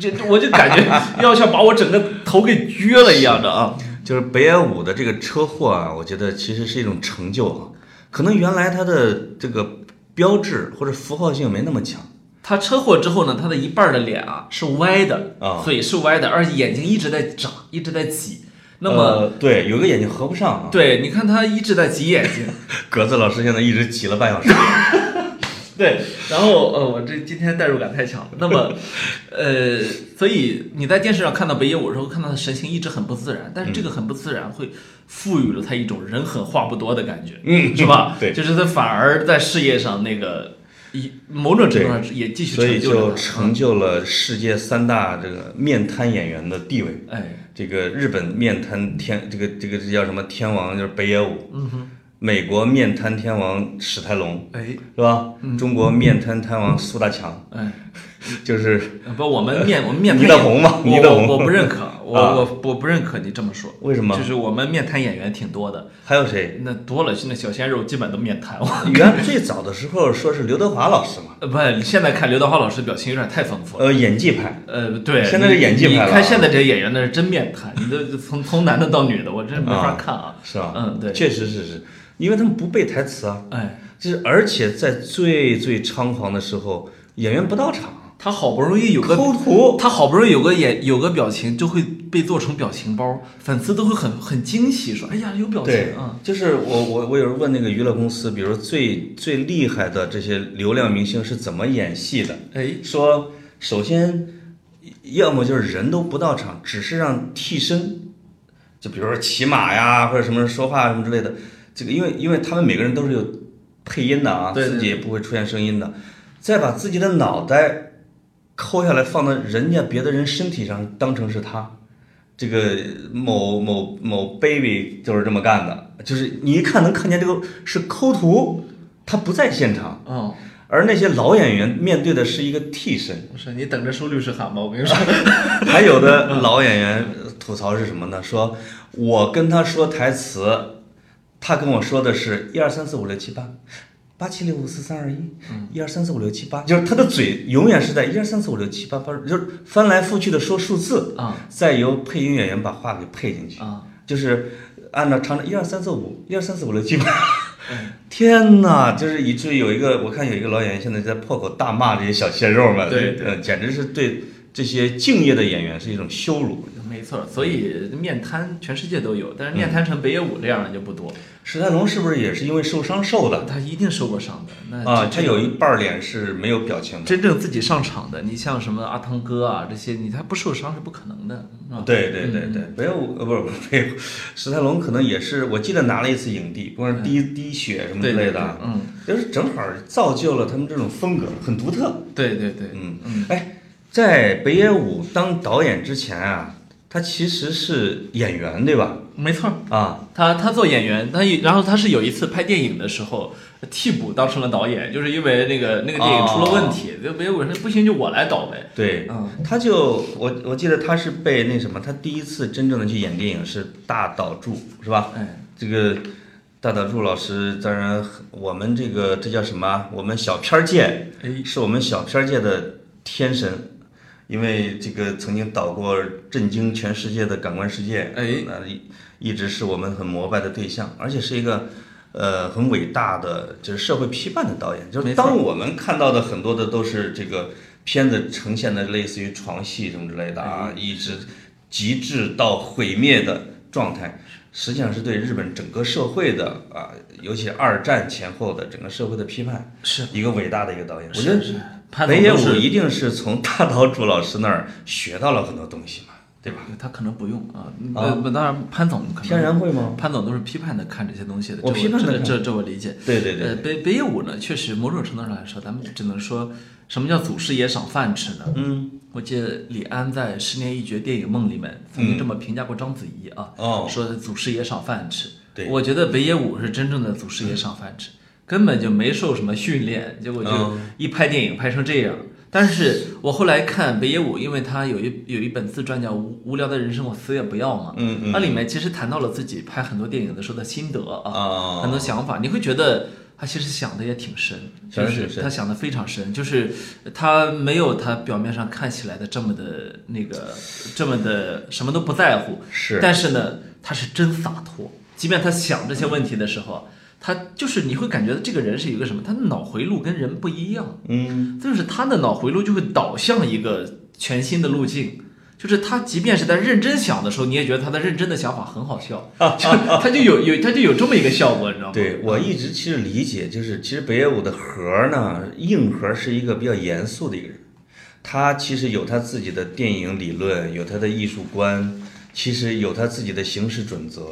A: 这这我就感觉要像把我整个头给撅了一样的啊。
B: 就是北野武的这个车祸啊，我觉得其实是一种成就啊。可能原来他的这个标志或者符号性没那么强，
A: 他车祸之后呢，他的一半儿的脸啊是歪的
B: 啊
A: 嘴是歪的，而且眼睛一直在眨，一直在挤。那么、
B: 呃对，有个眼睛合不上啊。
A: 对，你看他一直在挤眼睛，
B: 格子老师现在一直挤了半小时，
A: 对，然后呃，我这今天代入感太强了。那么，呃，所以你在电视上看到北野武的时候，看到他神情一直很不自然，但是这个很不自然会赋予了他一种人狠话不多的感觉，
B: 嗯
A: 是吧？
B: 对
A: 就是他反而在事业上那个一某种程度上也继续
B: 所
A: 成
B: 以
A: 就
B: 就
A: 了他。
B: 成就了世界三大这个面瘫演员的地位。
A: 哎，
B: 这个日本面瘫天，这个这个这叫什么天王就是北野武，
A: 嗯哼，
B: 美国面瘫天王史泰龙
A: 哎，
B: 是吧？中国面瘫瘫王苏大强，
A: 哎，
B: 就是
A: 不，我们面我们面
B: 呃倪
A: 瘫
B: 大红
A: 演
B: 嘛倪
A: 我
B: 大
A: 我
B: 红
A: 我不认可， 我
B: 啊
A: 我我不认可你这么说。
B: 为什么
A: 就是我们面瘫演员挺多的，
B: 还有谁？
A: 那多了，现在小鲜肉基本都面瘫。我
B: 原来最早的时候说是刘德华老师嘛，
A: 呃，不，现在看刘德华老师表情有点太丰富了。
B: 呃，演技派，
A: 呃，对，
B: 现在是演技
A: 你
B: 派了啊
A: 你看现在这些演员那是真面瘫，你这从从男的到女的，我真是没法
B: 啊
A: 看啊。
B: 是吧？
A: 嗯对
B: 确实是是，因为他们不背台词啊，
A: 哎，
B: 就是而且在最最猖狂的时候，演员不到场，
A: 他好不容易有个，
B: 抠图，
A: 他好不容易有个演有个表情，就会被做成表情包，粉丝都会很很惊喜，说哎呀有表
B: 对
A: 情啊。，
B: 就是我我我有时候问那个娱乐公司，比如最最厉害的这些流量明星是怎么演戏的，
A: 哎，
B: 说首先，要么就是人都不到场，只是让替身，就比如说骑马呀，或者什么说话什么之类的。这个因为因为他们每个人都是有配音的啊，
A: 对对
B: 自己也不会出现声音的。再把自己的脑袋抠下来放到人家别的人身体上，当成是他。这个某某某 baby 就是这么干的，就是你一看能看见这个是抠图，他不在现场。
A: 哦，
B: 而那些老演员面对的是一个替身，
A: 我说你等着收律师函吧，我跟你说。
B: 啊还有的老演员吐槽是什么呢？说我跟他说台词，他跟我说的是一二三四五六七八，八七六五四三二一，一二三四五六七八，就是他的嘴永远是在一二三四五六七八八，就是翻来覆去的说数字，
A: 啊
B: 再由配音演员把话给配进去，
A: 啊，
B: 就是按照常常一二三四五一二三四五 六七八。
A: 嗯
B: 天哪！就是以至于有一个，我看有一个老演员现在在破口大骂这些小鲜肉们，
A: 对对
B: 呃，简直是对这些敬业的演员是一种羞辱。
A: 没错，所以面瘫全世界都有，但是面瘫成北野武这样的就不多。
B: 史泰龙是不是也是因为受伤瘦的
A: 他一定受过伤的，那
B: 啊？
A: 嗯这
B: 他有一半脸是没有表情的。
A: 真正自己上场的，你像什么阿汤哥啊这些，你他不受伤是不可能的，嗯啊是吧？
B: 对对对对，没有呃不是不是没有，史泰龙可能也是，我记得拿了一次影帝，不管是滴滴血什么
A: 嗯对
B: 之类
A: 对
B: 的
A: 对
B: 啊，，
A: 嗯，
B: 就是正好造就了他们这种风格，很独特。
A: 对对对，
B: 嗯
A: 嗯，
B: 哎，在北野武当导演之前啊，他其实是演员对吧？
A: 没错儿。
B: 啊，
A: 他他做演员，他有然后他是有一次拍电影的时候替补当成了导演，就是因为那个那个电影出了问
B: 啊
A: 题，就没有人不行就我来导呗。
B: 对，
A: 嗯
B: 他就我我记得他是被那什么，他第一次真正的去演电影是大岛渚是吧？
A: 哎，
B: 这个大岛渚老师，当然很我们这个这叫什么？啊我们小片儿界
A: 哎
B: 是我们小片儿界的天神。因为这个曾经导过震惊全世界的《感官世界》，
A: 哎
B: 那一一直是我们很膜拜的对象，而且是一个呃很伟大的，就是社会批判的导演。就是
A: 没错
B: 当我们看到的很多的都是这个片子呈现的类似于
A: 哎
B: 床戏什么之类的啊，一直极致到毁灭的状态，实际上是对日本整个社会的啊，尤其二战前后的整个社会的批判，
A: 是
B: 一个伟大的一个导演。我
A: 是
B: 觉得
A: 是潘
B: 北
A: 总
B: 野
A: 都
B: 武
A: 是
B: 一定是从大岛渚老师那儿学到了很多东西嘛，对吧？
A: 他可能不用啊，呃，不当然潘总可能
B: 天然会吗？
A: 潘总都是批判的看这些东西的，
B: 我
A: 这
B: 批判地
A: 这
B: 看
A: 这这我理解。
B: 对对对，
A: 呃，北北野武呢，确实某种程度上来说，咱们只能说什么叫祖师爷赏饭吃呢？
B: 嗯，
A: 我记得李安在《十年一觉》电影梦里面曾经这么评价过章子怡啊，
B: 哦，
A: 说祖师爷赏饭吃。
B: 对嗯
A: 我觉得北野武是真正的祖师爷赏饭吃，根本就没受什么训练，结果就
B: 嗯
A: 一拍电影拍成这样。但是我后来看北野武，因为他有一有一本自传叫《无无聊的人生我死也不要》嘛，
B: 嗯嗯
A: 它里面其实谈到了自己拍很多电影的时候的心得啊，
B: 啊，
A: 很多想法，你会觉得他其实想的也挺深，
B: 想
A: 就
B: 得挺
A: 是
B: 深
A: 他想的非常深，就是他没有他表面上看起来的这么的那个，这么的什么都不在乎，
B: 哦是
A: 但是呢，他是真洒脱，即便他想这些问题的时候，他就是你会感觉这个人是一个什么，他的脑回路跟人不一样，
B: 嗯，
A: 就是他的脑回路就会导向一个全新的路径。就是他，即便是在认真想的时候，你也觉得他的认真的想法很好 笑，就他就有有他就有这么一个效果，你知道吗？
B: 对我一直其实理解就是，其实北野武的核儿呢，硬核是一个比较严肃的一个人，他其实有他自己的电影理论，有他的艺术观，其实有他自己的行事准则，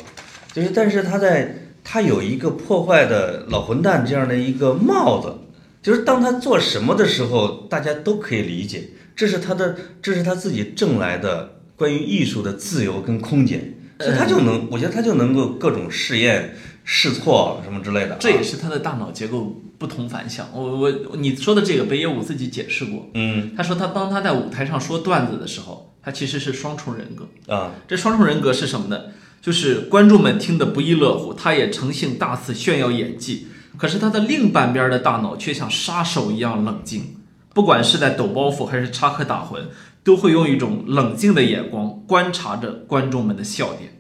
B: 就是但是他在他有一个破坏的老混蛋这样的一个帽子，就是当他做什么的时候，大家都可以理解，这是他的，这是他自己挣来的关于艺术的自由跟空间。所以他就能，我觉得他就能够各种试验、试错什么之类的啊。
A: 这也是他的大脑结构不同凡响。我我你说的这个北野武自己解释过，
B: 嗯
A: 他说他当他在舞台上说段子的时候，他其实是双重人格。
B: 啊，
A: 这双重人格是什么呢？就是观众们听得不亦乐乎，他也诚信大肆炫耀演技，可是他的另半边的大脑却像杀手一样冷静，不管是在抖包袱还是插科打诨，都会用一种冷静的眼光观察着观众们的笑点。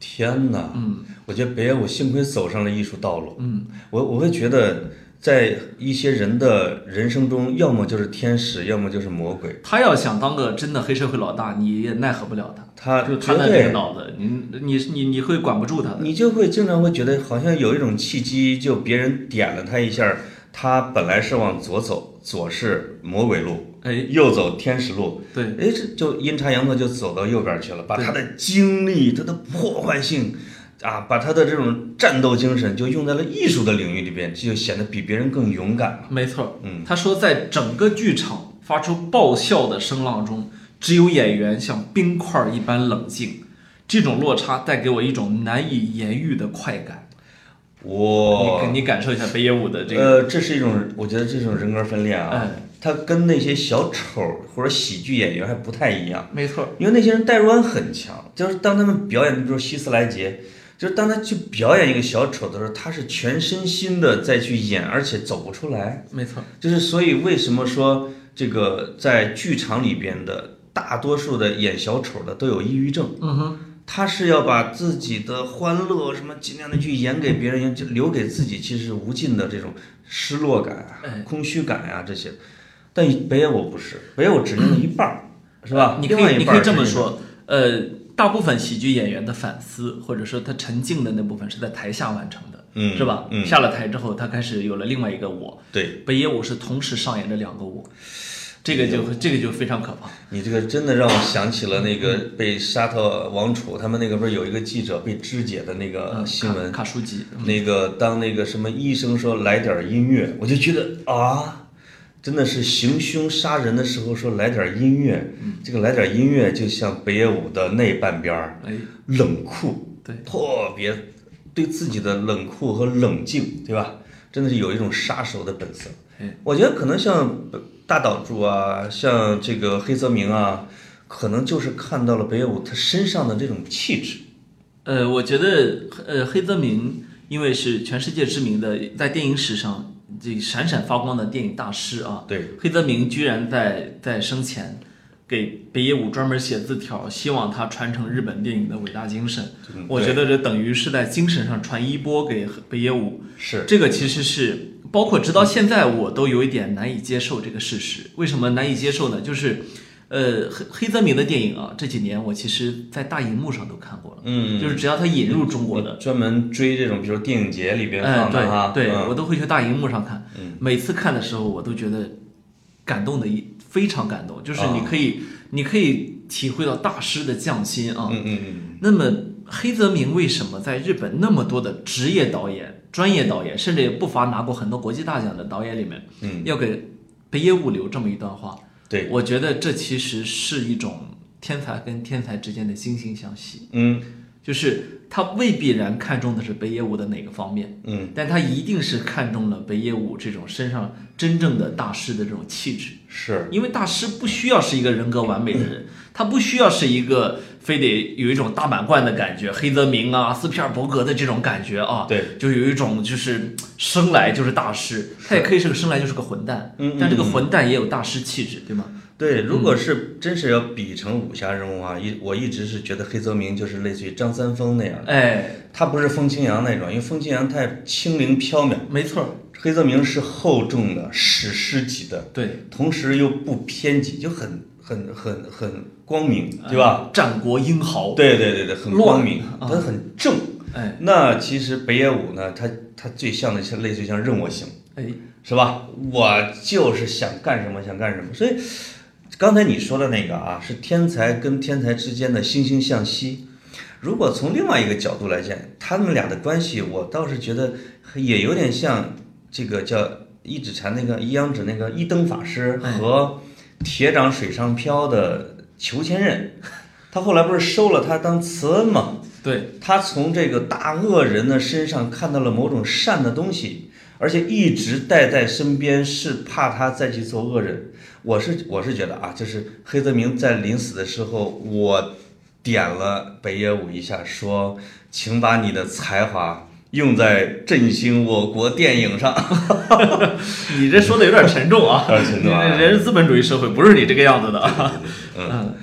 B: 天哪！嗯，我觉得北野武幸亏走上了艺术道路。
A: 嗯，
B: 我我会觉得，在一些人的人生中，要么就是天使，要么就是魔鬼。
A: 他要想当个真的黑社会老大，你也奈何不了他。
B: 他
A: 就
B: 绝
A: 他的那个
B: 对，
A: 脑子，你你你你会管不住他的。
B: 你就会经常会觉得，好像有一种契机，就别人点了他一下，他本来是往左走，左是魔鬼路，
A: 哎，
B: 右走天使路，
A: 对，
B: 哎，这就阴差阳错就走到右边去了，把他的精力、他的破坏性啊，把他的这种战斗精神就用在了艺术的领域里边，这就显得比别人更勇敢。
A: 没错。
B: 嗯，
A: 他说，在整个剧场发出爆笑的声浪中，只有演员像冰块一般冷静。这种落差带给我一种难以言喻的快感。
B: 哇，
A: 你你感受一下北野武的这个，
B: 呃，这是一种，我觉得这种人格分裂啊，
A: 哎，
B: 他跟那些小丑或者喜剧演员还不太一样。
A: 没错。
B: 因为那些人代入感很强，就是当他们表演，比如说希斯莱杰，就是当他去表演一个小丑的时候，他是全身心的再去演，而且走不出来。
A: 没错，
B: 就是所以为什么说这个在剧场里边的大多数的演小丑的都有抑郁症？
A: 嗯哼，
B: 他是要把自己的欢乐什么尽量的去演给别人，就留给自己其实无尽的这种失落感啊、
A: 哎
B: 空虚感啊这些。但北野武不是，北野武只用了一半儿，是吧？
A: 你
B: 另
A: 可
B: 外
A: 以
B: 一
A: 你
B: 半
A: 可
B: 儿
A: 以这么
B: 是
A: 说，呃，大部分喜剧演员的反思，或者说他沉静的那部分是在台下完成的，
B: 嗯
A: 是吧？
B: 嗯
A: 下了台之后，他开始有了另外一个我，
B: 对
A: 北野武是同时上演着两个我，这个
B: 哎
A: 就这个就非常可怕。
B: 你这个真的让我想起了那个被沙特王储他们那个不是有一个记者被肢解的那个
A: 嗯，
B: 新闻，
A: 卡卡书记，
B: 那个当那个什么医生说来点儿音乐，我就觉得啊，真的是行凶杀人的时候说来点儿音乐，
A: 嗯
B: 这个来点儿音乐就像北野武的那半边儿
A: 哎，
B: 冷酷，
A: 对，
B: 特别对自己的冷酷和冷静，对吧？真的是有一种杀手的本色。
A: 哎
B: 我觉得可能像大岛渚啊，像这个黑泽明啊，可能就是看到了北野武他身上的这种气质。
A: 呃，我觉得呃，黑泽明因为是全世界知名的，在电影史上这闪闪发光的电影大师啊，
B: 对，
A: 黑泽明居然在在生前给北野武专门写字条，希望他传承日本电影的伟大精神
B: 嗯。
A: 我觉得这等于是在精神上传一波给北野武，
B: 是
A: 这个其实是包括直到现在我都有一点难以接受这个事实。为什么难以接受呢？就是呃，黑黑泽明的电影啊，这几年我其实在大荧幕上都看过了，
B: 嗯，
A: 就是只要他引入中国
B: 我
A: 的，
B: 专门追这种，比如说电影节里边
A: 哎、
B: 放的哈，
A: 对对、
B: 嗯
A: 我都会去大荧幕上看、每次看的时候我都觉得感动的一非常感动，就是
B: 哦
A: 你可以、你可以体会到大师的匠心啊。
B: 嗯嗯嗯，
A: 那么黑泽明为什么在日本那么多的职业导演、专业导演，甚至也不乏拿过很多国际大奖的导演里面，
B: 嗯，
A: 要给北野武留这么一段话？
B: 对，
A: 我觉得这其实是一种天才跟天才之间的惺惺相惜，
B: 嗯
A: 就是他未必然看中的是北野武的哪个方面，
B: 嗯
A: 但他一定是看中了北野武这种身上真正的大师的这种气质。
B: 是，
A: 因为大师不需要是一个人格完美的人，他不需要是一个非得有一种大满贯的感觉，黑泽明啊、斯皮尔伯格的这种感觉啊，
B: 对，
A: 就有一种就是生来就是大师，他也可以是个生来就是个混蛋
B: 嗯嗯，嗯
A: 但这个混蛋也有大师气质，对吗？
B: 对，如
A: 嗯
B: 果是真是要比成武侠人物啊，一我一直是觉得黑泽明就是类似于张三丰那样的，
A: 哎，
B: 他不是风清扬那种，因为风清扬太轻灵飘渺，
A: 没错，
B: 黑泽明是厚重的史诗级的，
A: 对，
B: 同时又不偏激，就很很很很光明，对吧？
A: 哎？战国英豪，
B: 对对对对，很
A: 乱
B: 光明，
A: 啊
B: 他很正。
A: 哎
B: 那其实北野武呢，他他最像的像类似于像任我行。
A: 哎，
B: 是吧？我就是想干什么想干什么。所以刚才你说的那个啊，是天才跟天才之间的惺惺相惜。如果从另外一个角度来讲，他们俩的关系，我倒是觉得也有点像这个叫一指禅那个一阳指那个一灯法师
A: 哎
B: 和铁掌水上漂的裘千仞，他后来不是收了他当慈恩吗？
A: 对，
B: 他从这个大恶人的身上看到了某种善的东西，而且一直带在身边，是怕他再去做恶人。我是我是觉得啊，就是黑泽明在临死的时候，我点了北野武一下，说：“请把你的才华用在振兴我国电影上。，
A: 你这说的有点沉重啊
B: 有点沉重啊
A: 你这人是资本主义社会，不是你这个样子的啊。 嗯，”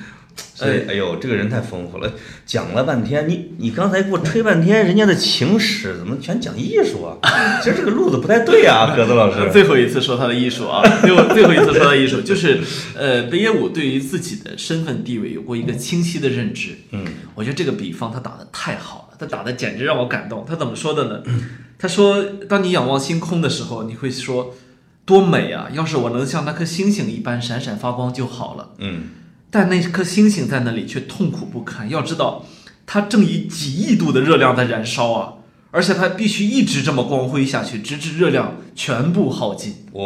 B: 所以，哎呦，这个人太丰富了，讲了半天，你你刚才给我吹半天人家的情史，怎么全讲艺术啊？ 其实这个路子不太对啊，格子老 师。
A: 最后一次说他的艺术啊， 最后最后一次说他的艺术，就是呃，北野武对于自己的身份地位有过一个清晰的认知。
B: 嗯，
A: 我觉得这个比方他打的太好了，他打的简直让我感动。他怎么说的呢？他说：“当你仰望星空的时候，你会说多美啊！要是我能像那颗星星一般闪闪发光就好了。”
B: 嗯
A: 但那颗星星在那里却痛苦不堪。要知道，它正以几亿度的热量在燃烧啊，而且它必须一直这么光辉下去，直至热量全部耗尽。，
B: 哇，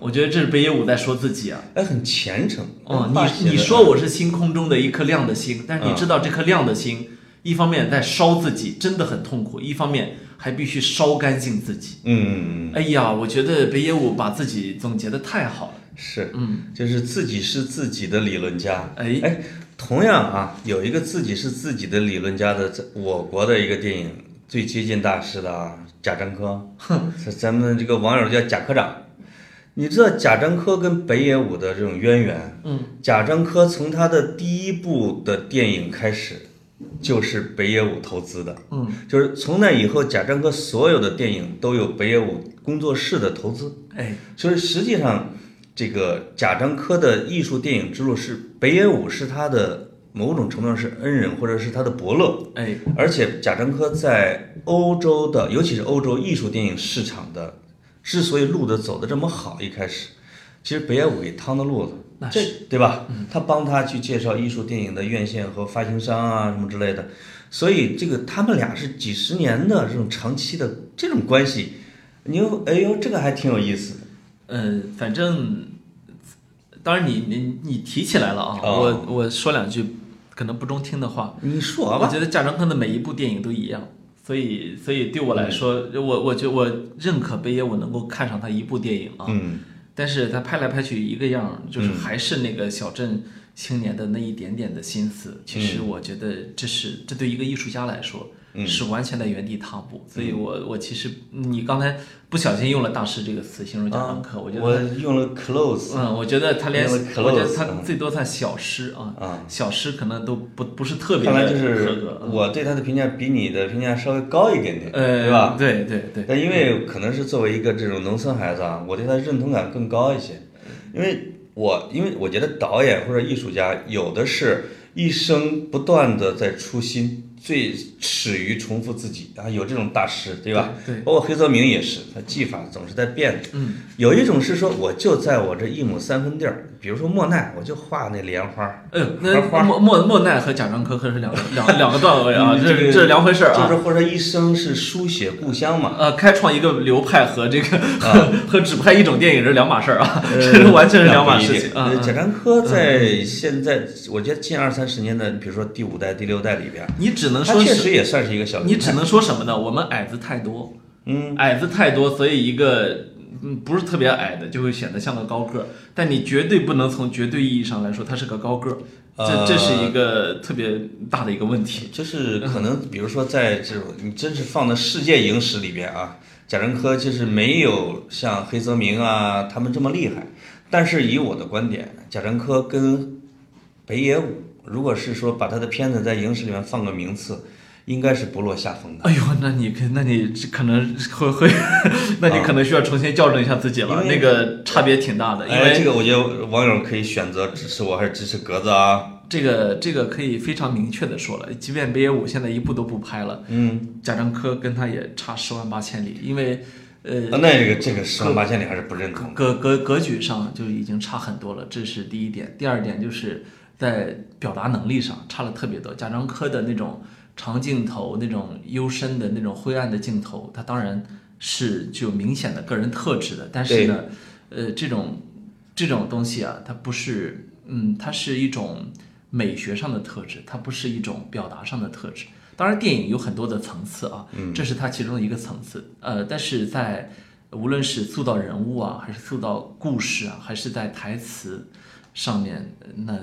A: 我觉得这是北野武在说自己啊。
B: 哎，很虔诚
A: 哦，你你说，我是星空中的一颗亮的星，但是你知道这颗亮的星，一方面在烧自己，真的很痛苦；一方面还必须烧干净自己。
B: 嗯，
A: 哎呀，我觉得北野武把自己总结的太好了。
B: 是，
A: 嗯，
B: 就是自己是自己的理论家。
A: 哎，
B: 哎，同样啊，有一个自己是自己的理论家的，在我国的一个电影最接近大师的啊，贾 樟柯，是咱们这个网友叫贾科长。你知道贾樟柯跟北野武的这种渊源？
A: 嗯，
B: 贾樟柯从他的第一部的电影开始，就是北野武投资的。
A: 嗯，
B: 就是从那以后，贾樟柯所有的电影都有北野武工作室的投资，
A: 哎，
B: 所以实际上，这个贾樟柯的艺术电影之路是北野武是他的某种程度上是恩人或者是他的伯乐，
A: 哎，
B: 而且贾樟柯在欧洲的，尤其是欧洲艺术电影市场的，之所以路子走得这么好，一开始其实北野武给趟的路子
A: 那，
B: 这对吧？他帮他去介绍艺术电影的院线和发行商啊什么之类的，所以这个他们俩是几十年的这种长期的这种关系，你又哎呦这个还挺有意思的，
A: 呃，反正，当然你你你提起来了啊，
B: 哦
A: 我我说两句可能不中听的话。
B: 你说
A: 我
B: 吧，
A: 觉得贾樟柯的每一部电影都一样，所以所以对我来说，我我觉我认可北野武能够看上他一部电影啊，
B: 嗯
A: 但是他拍来拍去一个样儿，就是
B: 嗯
A: 还是那个小镇青年的那一点点的心思。其实我觉得这是这对一个艺术家来说。
B: 嗯
A: 是完全在原地踏步，所以我我其实你刚才不小心用了“大师”这个词形容贾樟柯，我觉得
B: 啊我用了 close
A: 嗯，我觉得他连，
B: 因为
A: 我觉得
B: close，
A: 他
B: 嗯
A: 最多算小师啊，
B: 啊。
A: 小师可能都不不是特别
B: 看来就
A: 合
B: 是
A: 格啊
B: 我对他的评价比你的评价稍微高一点点，
A: 呃，
B: 对吧？？
A: 对对对，
B: 但因为可能是作为一个这种农村孩子啊，我对他认同感更高一些，因为我因为我觉得导演或者艺术家有的是一生不断的在出新，最耻于重复自己啊，有这种大师对吧？
A: 对
B: 包括黑泽明也是，他技法总是在变。嗯，有一种是说我就在我这一亩三分地儿，比如说莫奈，我就画那莲花，
A: 嗯，
B: 花
A: 那
B: 花
A: 莫莫莫奈和贾樟柯可是两个两两个段位啊，
B: 嗯
A: 这这
B: 个
A: 是两回事儿啊
B: 就。是或者一生是书写故乡嘛，
A: 呃，开创一个流派和这个
B: 啊
A: 和 和只拍一种电影是两码事儿啊，
B: 呃
A: 这是 完全是两码事情
B: 那
A: 啊
B: 不一定呃。贾樟柯在现在，我觉得近二三十年的，比如说第五代、第六代里边，
A: 你只能
B: 他
A: 说
B: 确
A: 是，
B: 实也算是一个小
A: 你
B: 流
A: 只
B: 派。
A: 能说什么呢？我们矮子太多，
B: 嗯，
A: 矮子太多，所以一个嗯不是特别矮的就会显得像个高个儿，但你绝对不能从绝对意义上来说他是个高个儿，这
B: 呃
A: 这是一个特别大的一个问题。
B: 就是可能，比如说在这种你真是放到世界影史里边啊，贾樟柯就是没有像黑泽明啊他们这么厉害。但是以我的观点，贾樟柯跟北野武，如果是说把他的片子在影史里面放个名次，应该是不落下风的。
A: 哎呦，那你可那你这可能会会，那你可能需要重新校正一下自己了，
B: 因为
A: 那个差别挺大的，因
B: 啊哎，这
A: 为
B: 个我觉得网友可以选择支持我还是支持格子啊？
A: 这个这个可以非常明确的说了，即便北野武现在一部都不拍了，
B: 嗯，
A: 贾樟柯跟他也差十万八千里，因为呃
B: 啊那这个这个十万八千里还是不认同。
A: 格格格局上就已经差很多了，这是第一点。第二点就是在表达能力上差了特别多。贾樟柯的那种长镜头、那种幽深的那种灰暗的镜头，他当然是具有明显的个人特质的，但是呢，呃，这种这种东西啊，它不是，嗯，它是一种美学上的特质，它不是一种表达上的特质。当然，电影有很多的层次啊，这是它其中的一个层次。呃，但是在无论是塑造人物啊，还是塑造故事啊，还是在台词上面，呃那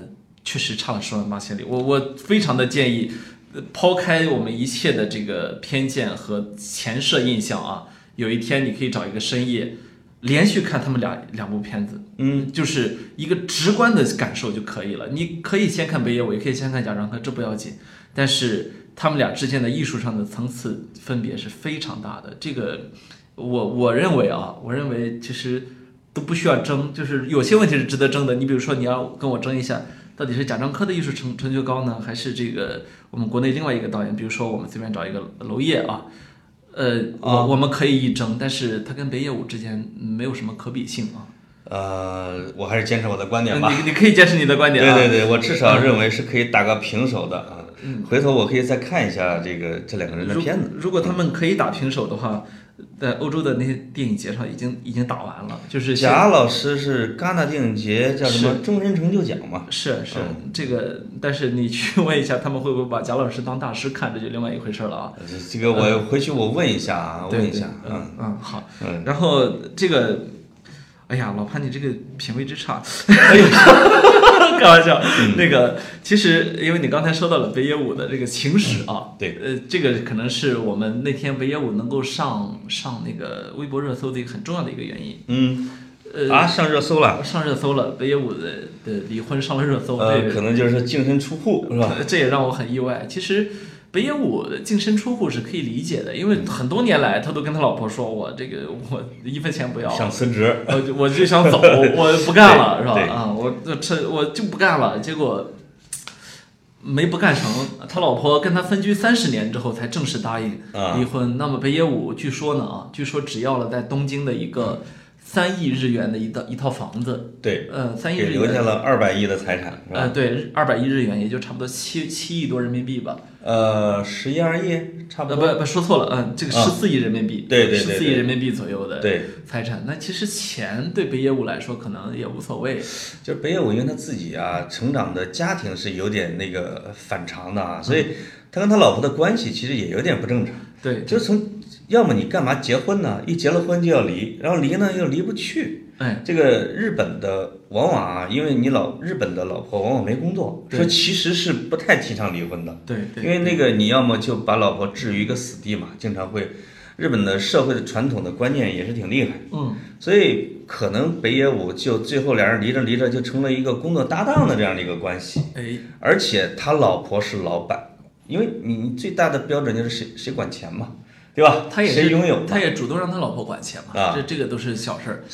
A: 确实差了十万八千里。我我非常的建议，呃抛开我们一切的这个偏见和前设印象啊，有一天你可以找一个深夜，连续看他们俩两部片子，嗯，就是一个直观的感受就可以了。你可以先看北野武，也可以先看贾樟柯，这不要紧，但是他们俩之间的艺术上的层次分别是非常大的。这个我我认为啊，我认为其实都不需要争，就是有些问题是值得争的。你比如说，你要跟我争一下，到底是贾樟柯的艺术成成就高呢，还是这个我们国内另外一个导演？比如说，我们随便找一个娄烨啊，呃，
B: 啊
A: 我我们可以一争，但是他跟北野武之间没有什么可比性啊。
B: 呃，我还是坚持我的观点吧。
A: 呃你你可以坚持你的观点啊。
B: 对对对，我至少认为是可以打个平手的啊。回头我可以再看一下这个这两个人
A: 嗯
B: 的
A: 如
B: 片子。
A: 如果他们可以打平手的话，在欧洲的那些电影节上已经已经打完了，就是现
B: 贾老师是戛纳电影节叫什么终身成就奖嘛？
A: 是是、这个，但是你去问一下，他们会不会把贾老师当大师看，这就另外一回事了啊。
B: 这这个我回去我问一下啊，
A: 对
B: 问一
A: 对
B: 下啊。
A: 嗯嗯，好。
B: 嗯，
A: 然后这个，哎呀，老潘，你这个品味之差，
B: 哎
A: 开玩笑。
B: 嗯
A: 那个，其实因为你刚才说到了北野武的这个情史啊，
B: 嗯对，
A: 呃，这个可能是我们那天北野武能够上上那个微博热搜的一个很重要的一个原因。
B: 嗯，
A: 呃，
B: 啊，上热搜了，
A: 上热搜了，北野武的的离婚上了热搜，
B: 呃，
A: 这
B: 可能就是净身出户是吧？
A: 这也让我很意外。其实北野武净身出户是可以理解的，
B: 嗯
A: 因为很多年来他都跟他老婆说：“我这个我一分钱不 要，
B: 想辞职，
A: 我就我就想走，我不干了，
B: 对
A: 是吧？
B: 对
A: 啊，我这这我就不干了。”结果没不干成，他老婆跟他分居三十年之后才正式答应
B: 啊
A: 离婚。那么北野武据说呢啊，据说只要了在东京的一个三亿日元的一套一套房子，
B: 对，
A: 呃，三亿
B: 给
A: 日
B: 留
A: 元
B: 下了二百亿的财产是
A: 呃，
B: 吧？
A: 对，二百一日元，也就差不多七七亿多人民币吧。
B: 呃，十一二亿差不
A: 呃，
B: 多。
A: 不不说错了，嗯，这个
B: 啊
A: 十四亿人民币，
B: 对对对
A: 十四亿
B: 对
A: 人民币左右的
B: 对，
A: 财产。那其实钱对北野武来说可能也无所谓，
B: 就是北野武，因为他自己啊成长的家庭是有点那个反常的啊，所以他跟他老婆的关系其实也有点不正常。
A: 嗯对，
B: 就是从要么你干嘛结婚呢？一结了婚就要离，然后离呢又离不去。
A: 哎，
B: 这个日本的往往啊，因为你老日本的老婆往往没工作，
A: 对
B: 说其实是不太提倡离婚的。
A: 对对，
B: 因为那个你要么就把老婆置于一个死地嘛，经常会，日本的社会的传统的观念也是挺厉害，
A: 嗯，
B: 所以可能北野武就最后俩人离着离着就成了一个工作搭档的这样的一个关系，
A: 哎，
B: 而且他老婆是老板，因为你你最大的标准就是谁谁管钱嘛，对吧？
A: 他也
B: 谁
A: 是
B: 拥有嘛，
A: 他也主动让他老婆管钱嘛，
B: 啊
A: 这这个都是小事儿。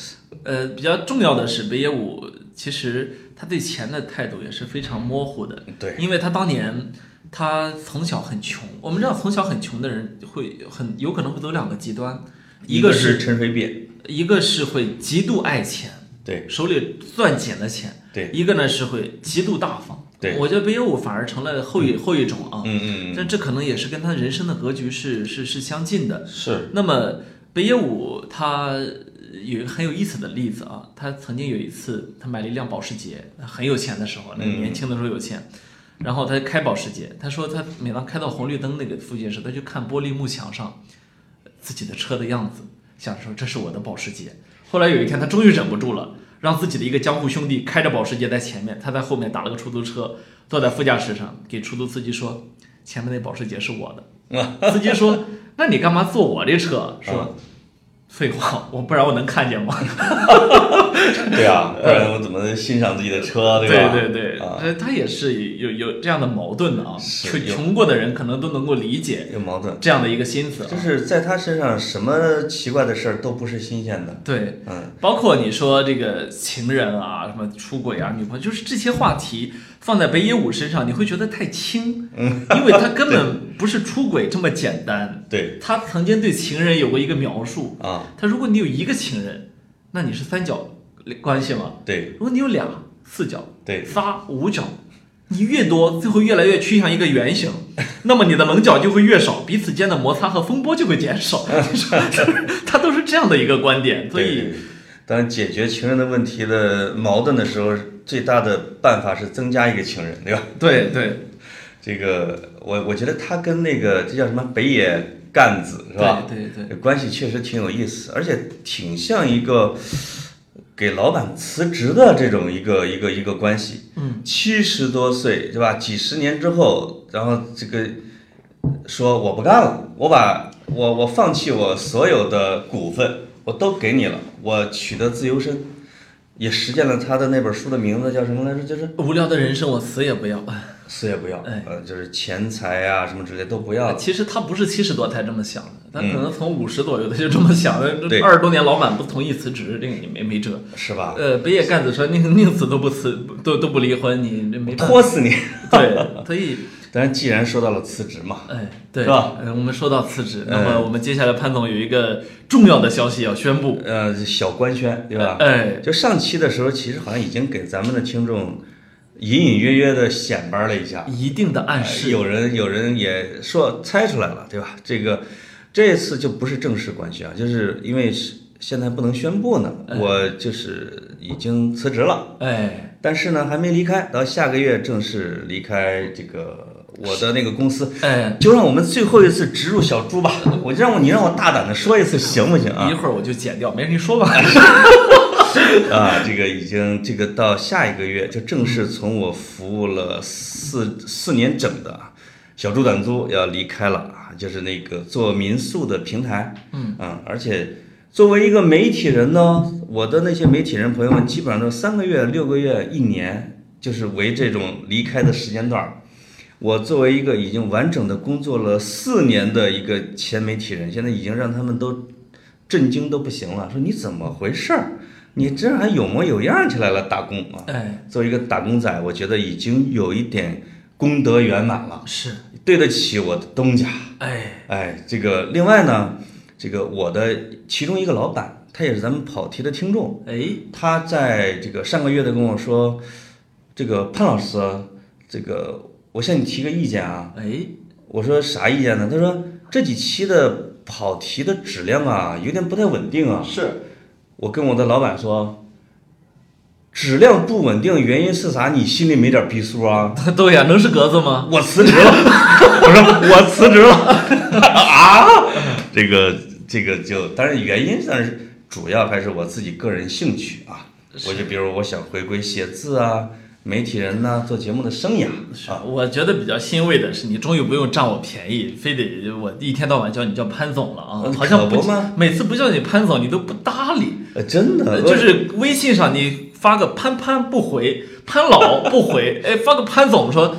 A: 呃，比较重要的是，北野武其实他对钱的态度也是非常模糊的，
B: 对，
A: 因为他当年他从小很穷，我们知道从小很穷的人会很有可能会走两个极端，一
B: 个
A: 个是
B: 陈水扁，
A: 一个是会极度爱钱，
B: 对
A: 手里攥紧了钱，
B: 对，
A: 一个呢是会极度大方，
B: 对
A: 我觉得北野武反而成了后一后一种啊，
B: 嗯嗯
A: 但这可能也是跟他人生的格局是是是相近的。
B: 嗯，是，
A: 那么北野武他有一个很有意思的例子啊，他曾经有一次他买了一辆保时捷，很有钱的时候，那个
B: 嗯
A: 年轻的时候有钱，然后他开保时捷，他说他每当开到红绿灯那个附近时，他就看玻璃幕墙上自己的车的样子，想说这是我的保时捷。后来有一天他终于忍不住了。让自己的一个江湖兄弟开着保时捷在前面，他在后面打了个出租车，坐在副驾驶上，给出租司机说：“前面那保时捷是我的。” 司机说：“那你干嘛坐我这车？”
B: 啊
A: 说：“废话，我不然我能看见吗
B: 对啊，不然我怎么能欣赏自己的车，？”吧？
A: 对对，
B: 啊，
A: 呃他也是有有这样的矛盾的啊。
B: 是
A: 穷
B: 有
A: 穷过的人可能都能够理解
B: 有矛盾，
A: 这样的一个心思啊。
B: 就是在他身上什么奇怪的事儿都不是新鲜的，
A: 对，
B: 嗯，
A: 包括你说这个情人啊，什么出轨啊，女朋友，就是这些话题放在北野武身上，你会觉得太轻，
B: 嗯
A: 因为他 根本不是出轨这么简单。
B: 对
A: 他曾经对情人有过一个描述，
B: 啊，
A: 他如果你有一个情人，那你是三角关系吗？
B: 对
A: 如果你有俩四角，
B: 对，
A: 仨五角，你越多，最后越来越趋向一个圆 形，那么你的棱角就会越少，彼此间的摩擦和风波就会减 少。你说就是他都是这样的一个观点，所
B: 对
A: 以
B: 对当解决情人的问题的矛盾的时候，最大的办法是增加一个情人，对吧？
A: 对对
B: 这个我我觉得他跟那个这叫什么北野干子是吧？
A: 对对对，
B: 关系确实挺有意思，而且挺像一个给老板辞职的这种一个一个一个关系。
A: 嗯，
B: 七十多岁对吧？几十年之后，然后这个说我不干了，我把我我放弃我所有的股份，我都给你了，我取得自由身，也实践了他的那本书的名字叫什么来着？就是
A: 无聊的人生我死也不要。
B: 死也不要，
A: 哎
B: 呃，就是钱财啊什么之类都不要了。
A: 其实他不是七十多才这么想的，他可能从五十左右他就这么想的。
B: 嗯对
A: 二十多年老板不同意辞职，这个你没没辙。
B: 是吧？
A: 呃，北野干子说宁宁死都不辞，都都不离婚，你这没办法。
B: 拖死你！
A: 对，所以
B: 当然，既然说到了辞职嘛，
A: 哎，对，
B: 是吧
A: 呃我们说到辞职，那
B: 哎
A: 么我们接下来潘总有一个重要的消息要宣布，
B: 呃，小官宣，对吧？
A: 哎，
B: 就上期的时候，其实好像已经给咱们的听众隐隐约约的显摆了一下，
A: 一定的暗
B: 呃
A: 示，
B: 有人有人也说猜出来了，对吧？这个这次就不是正式官宣啊，就是因为是现在不能宣布呢，我就是已经辞职了，
A: 哎，
B: 但是呢还没离开，到下个月正式离开这个我的那个公司。
A: 哎，
B: 就让我们最后一次植入小猪吧，我就让我你让我大胆的说一次行不行啊？
A: 一会儿我就剪掉，没事，你说吧。
B: 啊，这个已经这个到下一个月就正式从我服务了四四年整的啊小猪短租要离开了啊，就是那个做民宿的平台，嗯而且作为一个媒体人呢，我的那些媒体人朋友们基本上都是三个月、六个月、一年，就是为这种离开的时间段儿。我作为一个已经完整的工作了四年的一个前媒体人，现在已经让他们都震惊都不行了，说你怎么回事儿？你这还有模有样起来了，打工啊！
A: 哎，
B: 作为一个打工仔，我觉得已经有一点功德圆满了，
A: 哎是，
B: 对得起我的东家。
A: 哎，
B: 哎，这个另外呢，这个我的其中一个老板，他也是咱们跑题的听众，
A: 哎，
B: 他在这个上个月的跟我说，这个潘老师，这个我向你提个意见啊，
A: 哎，
B: 我说啥意见呢？他说这几期的跑题的质量啊，有点不太稳定啊。
A: 是，
B: 我跟我的老板说，质量不稳定原因是啥？你心里没点逼数啊？
A: 对呀，能是格子吗？
B: 我辞职了，我说我辞职了啊！这个这个就，但是原因但是主要还是我自己个人兴趣啊。我就比如我想回归写字啊，媒体人呐、做节目的生涯
A: 是
B: 啊。，
A: 我觉得比较欣慰的是，你终于不用占我便宜，非得我一天到晚叫你叫潘总了啊
B: 嗯，
A: 好像
B: 可
A: 不
B: 不吗
A: 每次不叫你潘总，你都不搭理，
B: 呃，真的，
A: 呃
B: 我
A: 就是微信上你发个潘潘不回， 潘老不 回，哎，发个潘总说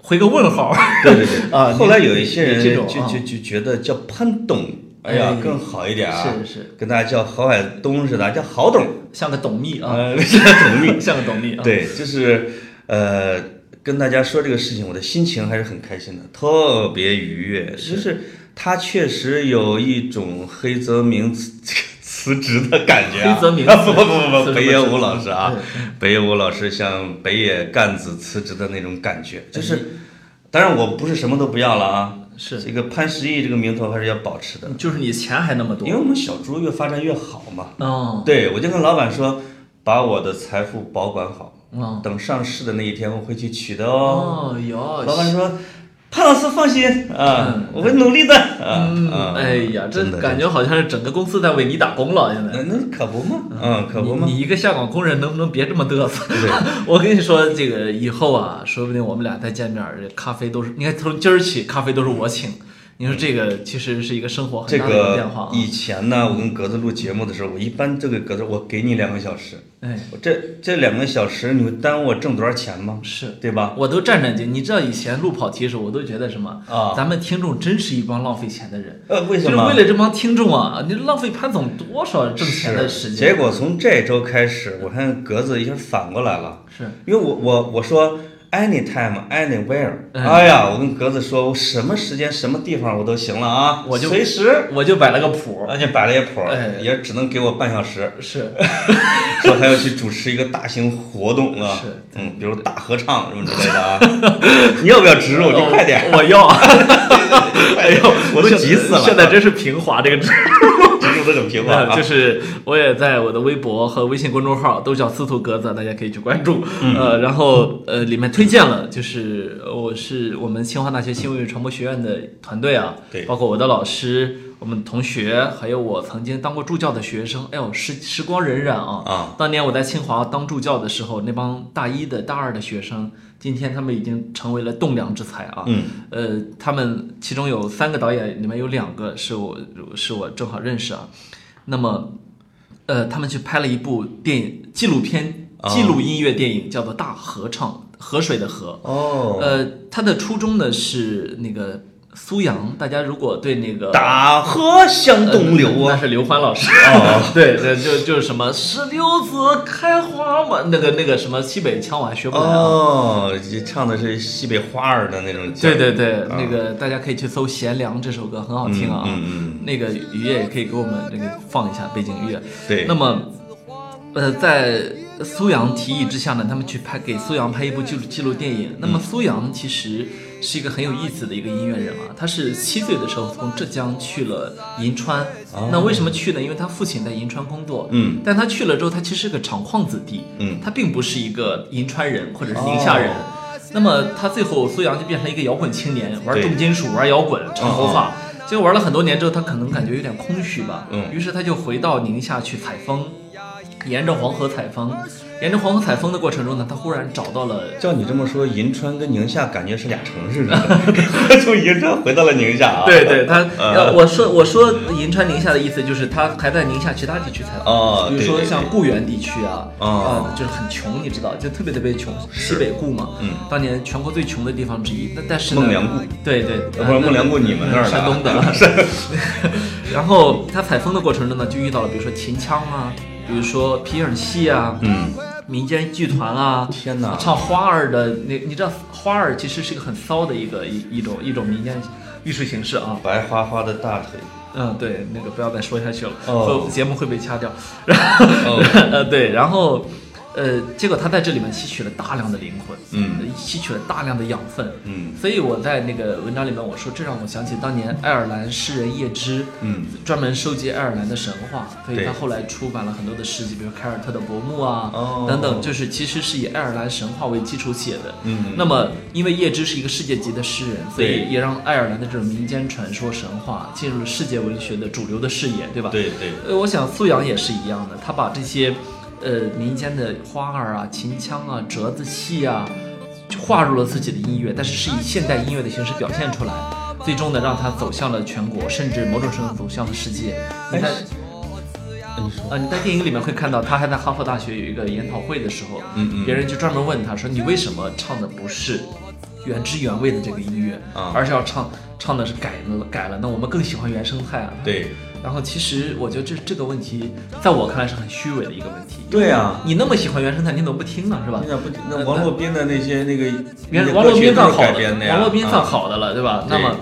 A: 回个问号，
B: 对对对
A: 啊
B: 后来有一些人
A: 这种
B: 就
A: 啊
B: 就就觉得叫潘董哎呀
A: 哎，
B: 更好一点啊！
A: 是是，
B: 跟大家叫郝海东似的，叫郝董，
A: 像个董秘 啊，
B: 呃，像董 秘。
A: 像个董秘啊。
B: 对，就是呃，跟大家说这个事情，我的心情还是很开心的，特别愉悦。就是他确实有一种黑泽明辞 辞职的感觉、啊。
A: 黑泽 明
B: 不不
A: 辞
B: 不
A: 职
B: 不，
A: 不
B: 北野
A: 辞
B: 武
A: 职嗯
B: 老师啊
A: 对，
B: 北野武老师像北野干子辞职的那种感觉，就是。当然，我不是什么都不要了啊，
A: 嗯是
B: 这个潘石屹这个名头还是要保持的，
A: 就是你钱还那么多
B: 因为。我们小猪越发展越好嘛。
A: 嗯
B: 对，我就跟老板说，把我的财富保管好，
A: 嗯。
B: 等上市的那一天我会去取的哦。
A: 哦哟，
B: 老板说，潘老师放心啊
A: 嗯，
B: 我会努力的啊。
A: 嗯，
B: 啊
A: 哎呀，这
B: 真的
A: 感觉好像是整个公司在为你打工了，现在。
B: 那那可不嘛，嗯，可不
A: 你
B: 嘛。
A: 你一个下岗工人能不能别这么嘚瑟？ 我跟你说，这个以后啊，说不定我们俩再见面儿，这咖啡都是，你看从今儿起咖啡都是我请。你说这个其实是一个生活
B: 这
A: 很大的一个变化
B: 个
A: 啊。
B: 以前呢，我跟格子录节目的时候，我一般这个格子，我给你两个小时，
A: 哎，
B: 我这这两个小时，你会耽误我挣多少钱吗？
A: 是，
B: 对吧？
A: 我都战战兢。你知道以前录跑题的时候，我都觉得什么
B: 啊
A: 咱们听众真是一帮浪费钱的人。
B: 呃，为什
A: 就
B: 么？
A: 是为了这帮听众啊，你浪费潘总多少挣钱的
B: 是
A: 时间？
B: 结果从这周开始，我看格子一下反过来了，
A: 是
B: 因为我我我说 anytime anywhere，、
A: 嗯
B: 哎呀，我跟格子说，我什么时间什么地方我都行了啊，
A: 我就
B: 随时，
A: 我就摆了个谱，
B: 而且摆了一谱，
A: 哎
B: 也只能给我半小时，
A: 是
B: 说还要去主持一个大型活动啊，
A: 是
B: 嗯，比如大合唱什么之类的啊， 你要不要植入？你快点，，
A: 我要，
B: 哎呦， 我都急死了，
A: 现在真是平滑这个职
B: 植入的 很平滑
A: 呃，
B: 啊
A: 就，是我也在我的微博和微信公众号都叫司徒格子，大家可以去关注。
B: 嗯
A: 呃，然后呃，里面推荐了，就是呃我是我们清华大学新闻与传播学院的团队啊，
B: 对
A: 包括我的老师、我们同学，还有我曾经当过助教的学生。哎呦，时时光荏苒啊！
B: 啊，
A: 当年我在清华当助教的时候，那帮大一的、大二的学生，今天他们已经成为了栋梁之才啊。
B: 嗯，
A: 呃，他们其中有三个导演，里面有两个是我是我正好认识啊。那么，呃，他们去拍了一部电影纪录片，
B: 哦
A: 记录音乐电影，叫做《大合唱》，河水的河。
B: 哦，
A: 呃，它的初衷呢是那个苏阳，大家如果对那个
B: 大河向东流
A: 那
B: 啊，
A: 是刘欢老师。
B: 哦，
A: 对对，就就是什么石榴子开花嘛，那个那个什么西北腔我还学不来啊。
B: 哦，这唱的是西北花儿的那种劲儿。
A: 对对对，
B: 啊
A: 那个大家可以去搜《贤良》这首歌，很好听啊。
B: 嗯嗯
A: 那个雨夜也可以给我们那个放一下背景乐。
B: 对
A: 那么，呃，在苏阳提议之下呢，他们去拍给苏阳拍一部纪录纪录电影。
B: 嗯
A: 那么苏阳其实是一个很有意思的一个音乐人啊，他是七岁的时候从浙江去了银川。
B: 哦
A: 那为什么去呢？因为他父亲在银川工作。
B: 嗯
A: 但他去了之后，他其实是个厂矿子弟，
B: 嗯哦
A: 他并不是一个银川人或者是宁夏人。那么他最后苏阳就变成了一个摇滚青年，玩
B: 对
A: 重金属，玩摇滚，长头发。结果玩了很多年之后，他可能感觉有点空虚吧，
B: 嗯
A: 于是他就回到宁夏去采风，沿着黄河采风。沿着黄河采风的过程中呢，他忽然找到了
B: 照你这么说，银川跟宁夏感觉是俩城市似 的，从银川回到了宁夏啊。
A: 对对，他
B: 呃
A: 呃，我说我说银川宁夏的意思就是他还在宁夏其他地区采访，
B: 哦
A: 比如说
B: 对对对
A: 像固原地区啊，
B: 哦
A: 呃，就是很穷，你知道，就特别特别穷，西北固嘛，
B: 嗯
A: 当年全国最穷的地方之一。那但是呢
B: 孟良崮，
A: 对对，
B: 呃不是孟良崮你们那儿的啊
A: 山东的， 然后他采风的过程中呢，就遇到了比如说秦腔啊，比如说皮影戏啊，
B: 嗯，
A: 民间剧团啊，
B: 天哪
A: 唱花儿的那，你知道花儿其实是一个很骚的一个一一种一种民间艺术形式啊。
B: 白花花的大腿，
A: 嗯，对，那个不要再说下去了，
B: 哦
A: 会节目会被掐掉。然后，呃， 对，然后，呃，结果他在这里面吸取了大量的灵魂，呃
B: 嗯，
A: 吸取了大量的养分，
B: 嗯
A: 所以我在那个文章里面我说，这让我想起当年爱尔兰诗人叶芝，
B: 嗯，
A: 专门收集爱尔兰的神话，所以
B: 对
A: 他后来出版了很多的诗集，比如凯尔特的薄暮啊、
B: 哦
A: 等等，就是其实是以爱尔兰神话为基础写的。
B: 嗯
A: 那么因为叶芝是一个世界级的诗人，所以
B: 对
A: 也让爱尔兰的这种民间传说神话进入了世界文学的主流的视野，对吧？
B: 对对，
A: 呃，我想素养也是一样的，他把这些，呃，民间的花儿啊、秦腔啊、折子戏啊，就划入了自己的音乐，但是是以现代音乐的形式表现出来，最终呢，让他走向了全国，甚至某种程度走向了世界。你
B: 哎
A: 看，
B: 你说，
A: 呃，你在电影里面会看到，他还在哈佛大学有一个研讨会的时候，
B: 嗯嗯
A: 别人就专门问他说：“你为什么唱的不是原汁原味的这个音乐，
B: 啊
A: 而是要唱唱的是改了改了，那我们更喜欢原生态啊。。
B: 对
A: 然后其实我觉得这这个问题，在我看来是很虚伪的一个问题。
B: 对啊，
A: 你那么喜欢原生态，你怎么不听呢？是吧
B: 你？咋不那王洛宾的那些那个那
A: 原
B: 个
A: 王洛
B: 歌曲
A: 宾
B: 都
A: 算
B: 是
A: 好
B: 改
A: 的
B: 编的，呀，
A: 王洛宾算
B: 啊
A: 好的了，对吧？
B: 对
A: 那么，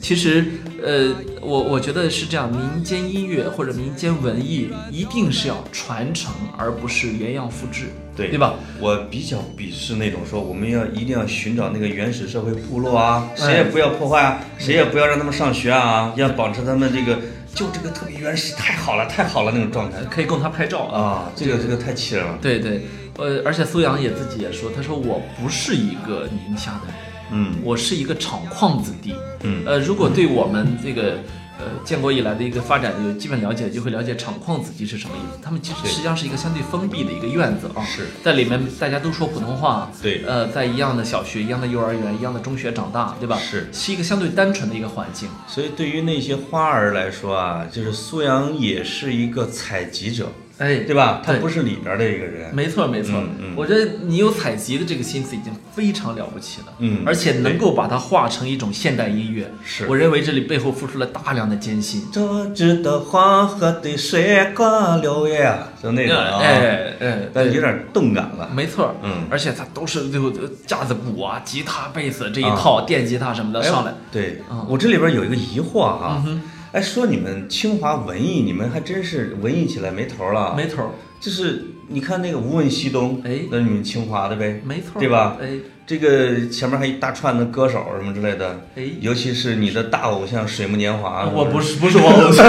A: 其实呃，我我觉得是这样，民间音乐或者民间文艺一定是要传承，而不是原样复制，
B: 对
A: 对吧？？
B: 我比较鄙视那种说我们要一定要寻找那个原始社会部落啊，
A: 哎嗯
B: 谁也不要破坏啊，谁也不要让他们上学啊，要保持他们这个就这个特别原始，太好了，太好了那种状态
A: 可以供他拍照啊。
B: 啊，这个这个太气人了。
A: 对对，呃，而且苏阳也自己也说，他说我不是一个宁夏的人。
B: 嗯
A: 我是一个厂矿子弟，
B: 嗯
A: 呃，如果对我们这个呃建国以来的一个发展有基本了解，就会了解厂矿子弟是什么意思。他们其实
B: 对
A: 实际上是一个相对封闭的一个院子啊，
B: 是
A: 在里面大家都说普通话，
B: 对
A: 呃，在一样的小学、一样的幼儿园、一样的中学长大，对吧？
B: 是
A: 是一个相对单纯的一个环境，
B: 所以对于那些花儿来说啊，就是苏阳也是一个采集者，
A: 哎，
B: 对吧？他
A: 对
B: 不是里边的一个人。
A: 没错，没错，
B: 嗯嗯
A: 我觉得你有采集的这个心思已经非常了不起了，
B: 嗯
A: 而且能够把它化成一种现代音乐，
B: 是
A: 我认为这里背后付出了大量的艰辛，
B: 这只的黄河的水过流呀，就那种啊，
A: 哎哎，
B: 但有
A: 对
B: 点动感了。
A: 没错，
B: 嗯，
A: 而且它都是最后呃架子鼓啊、吉他、贝斯这一套，
B: 啊
A: 电吉他什么的
B: 哎
A: 上来，
B: 对
A: 嗯，
B: 我这里边有一个疑惑
A: 嗯
B: 啊，
A: 哼，
B: 哎，说你们清华文艺，你们还真是文艺起来没头了。
A: 没头儿，
B: 就是你看那个无问西东，
A: 哎
B: 那你们清华的呗。
A: 没错儿，
B: 对吧
A: 哎
B: 这个前面还一大串的歌手什么之类的，
A: 哎，啊
B: 尤其是你的大偶像水木年华。
A: 我不是不 是我偶像，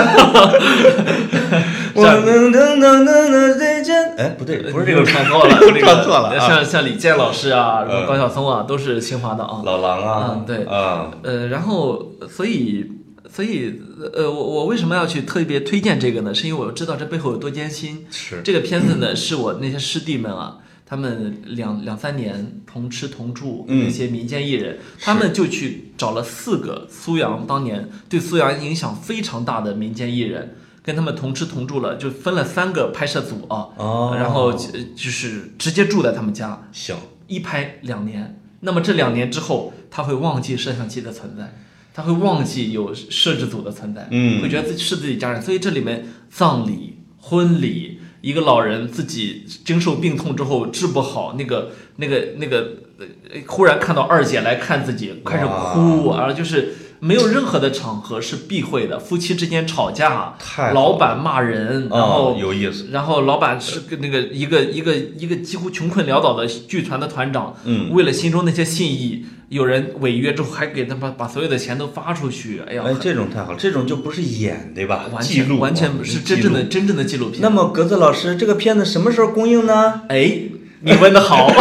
B: 我能能能能能再见。哎，不
A: 呃
B: 对，不是这个
A: 唱错 了，这个
B: 唱错了啊
A: 像像李健老师啊，然后
B: 嗯
A: 高晓松啊，都是清华的啊，
B: 老狼啊，
A: 嗯对
B: 啊，
A: 呃，然后所以所以呃，我我为什么要去特别推荐这个呢？是因为我知道这背后有多艰辛。
B: 是
A: 这个片子呢，是我那些师弟们啊，他们两两三年同吃同住，
B: 嗯
A: 那些民间艺人，他们就去找了四个苏阳当年对苏阳影响非常大的民间艺人。跟他们同吃同住了，就分了三个拍摄组啊，
B: 哦
A: 然后就就是直接住在他们家，
B: 行，
A: 一拍两年，那么这两年之后，他会忘记摄像机的存在，他会忘记有摄制组的存在，
B: 嗯
A: 会觉得自己是自己家人，所以这里面葬礼、婚礼，一个老人自己经受病痛之后治不好，那个、那个、那个，呃忽然看到二姐来看自己，开始哭，啊，就是没有任何的场合是避讳的，夫妻之间吵架
B: 太好，
A: 老板骂人，嗯然后
B: 哦有意思，
A: 然后老板是跟那个一个一个一个几乎穷困潦倒的剧团的团长，
B: 嗯，
A: 为了心中那些信义，有人违约之后还给他们把所有的钱都发出去，哎呀，
B: 哎，
A: 很
B: 这种太好了，这种就不是演对吧？
A: 完
B: 记录
A: 全完全
B: 啊
A: 是真正。
B: 记
A: 的
B: 录
A: 真正的纪录片。
B: 那么，格子老师，这个片子什么时候公映呢？
A: 哎，你问的好，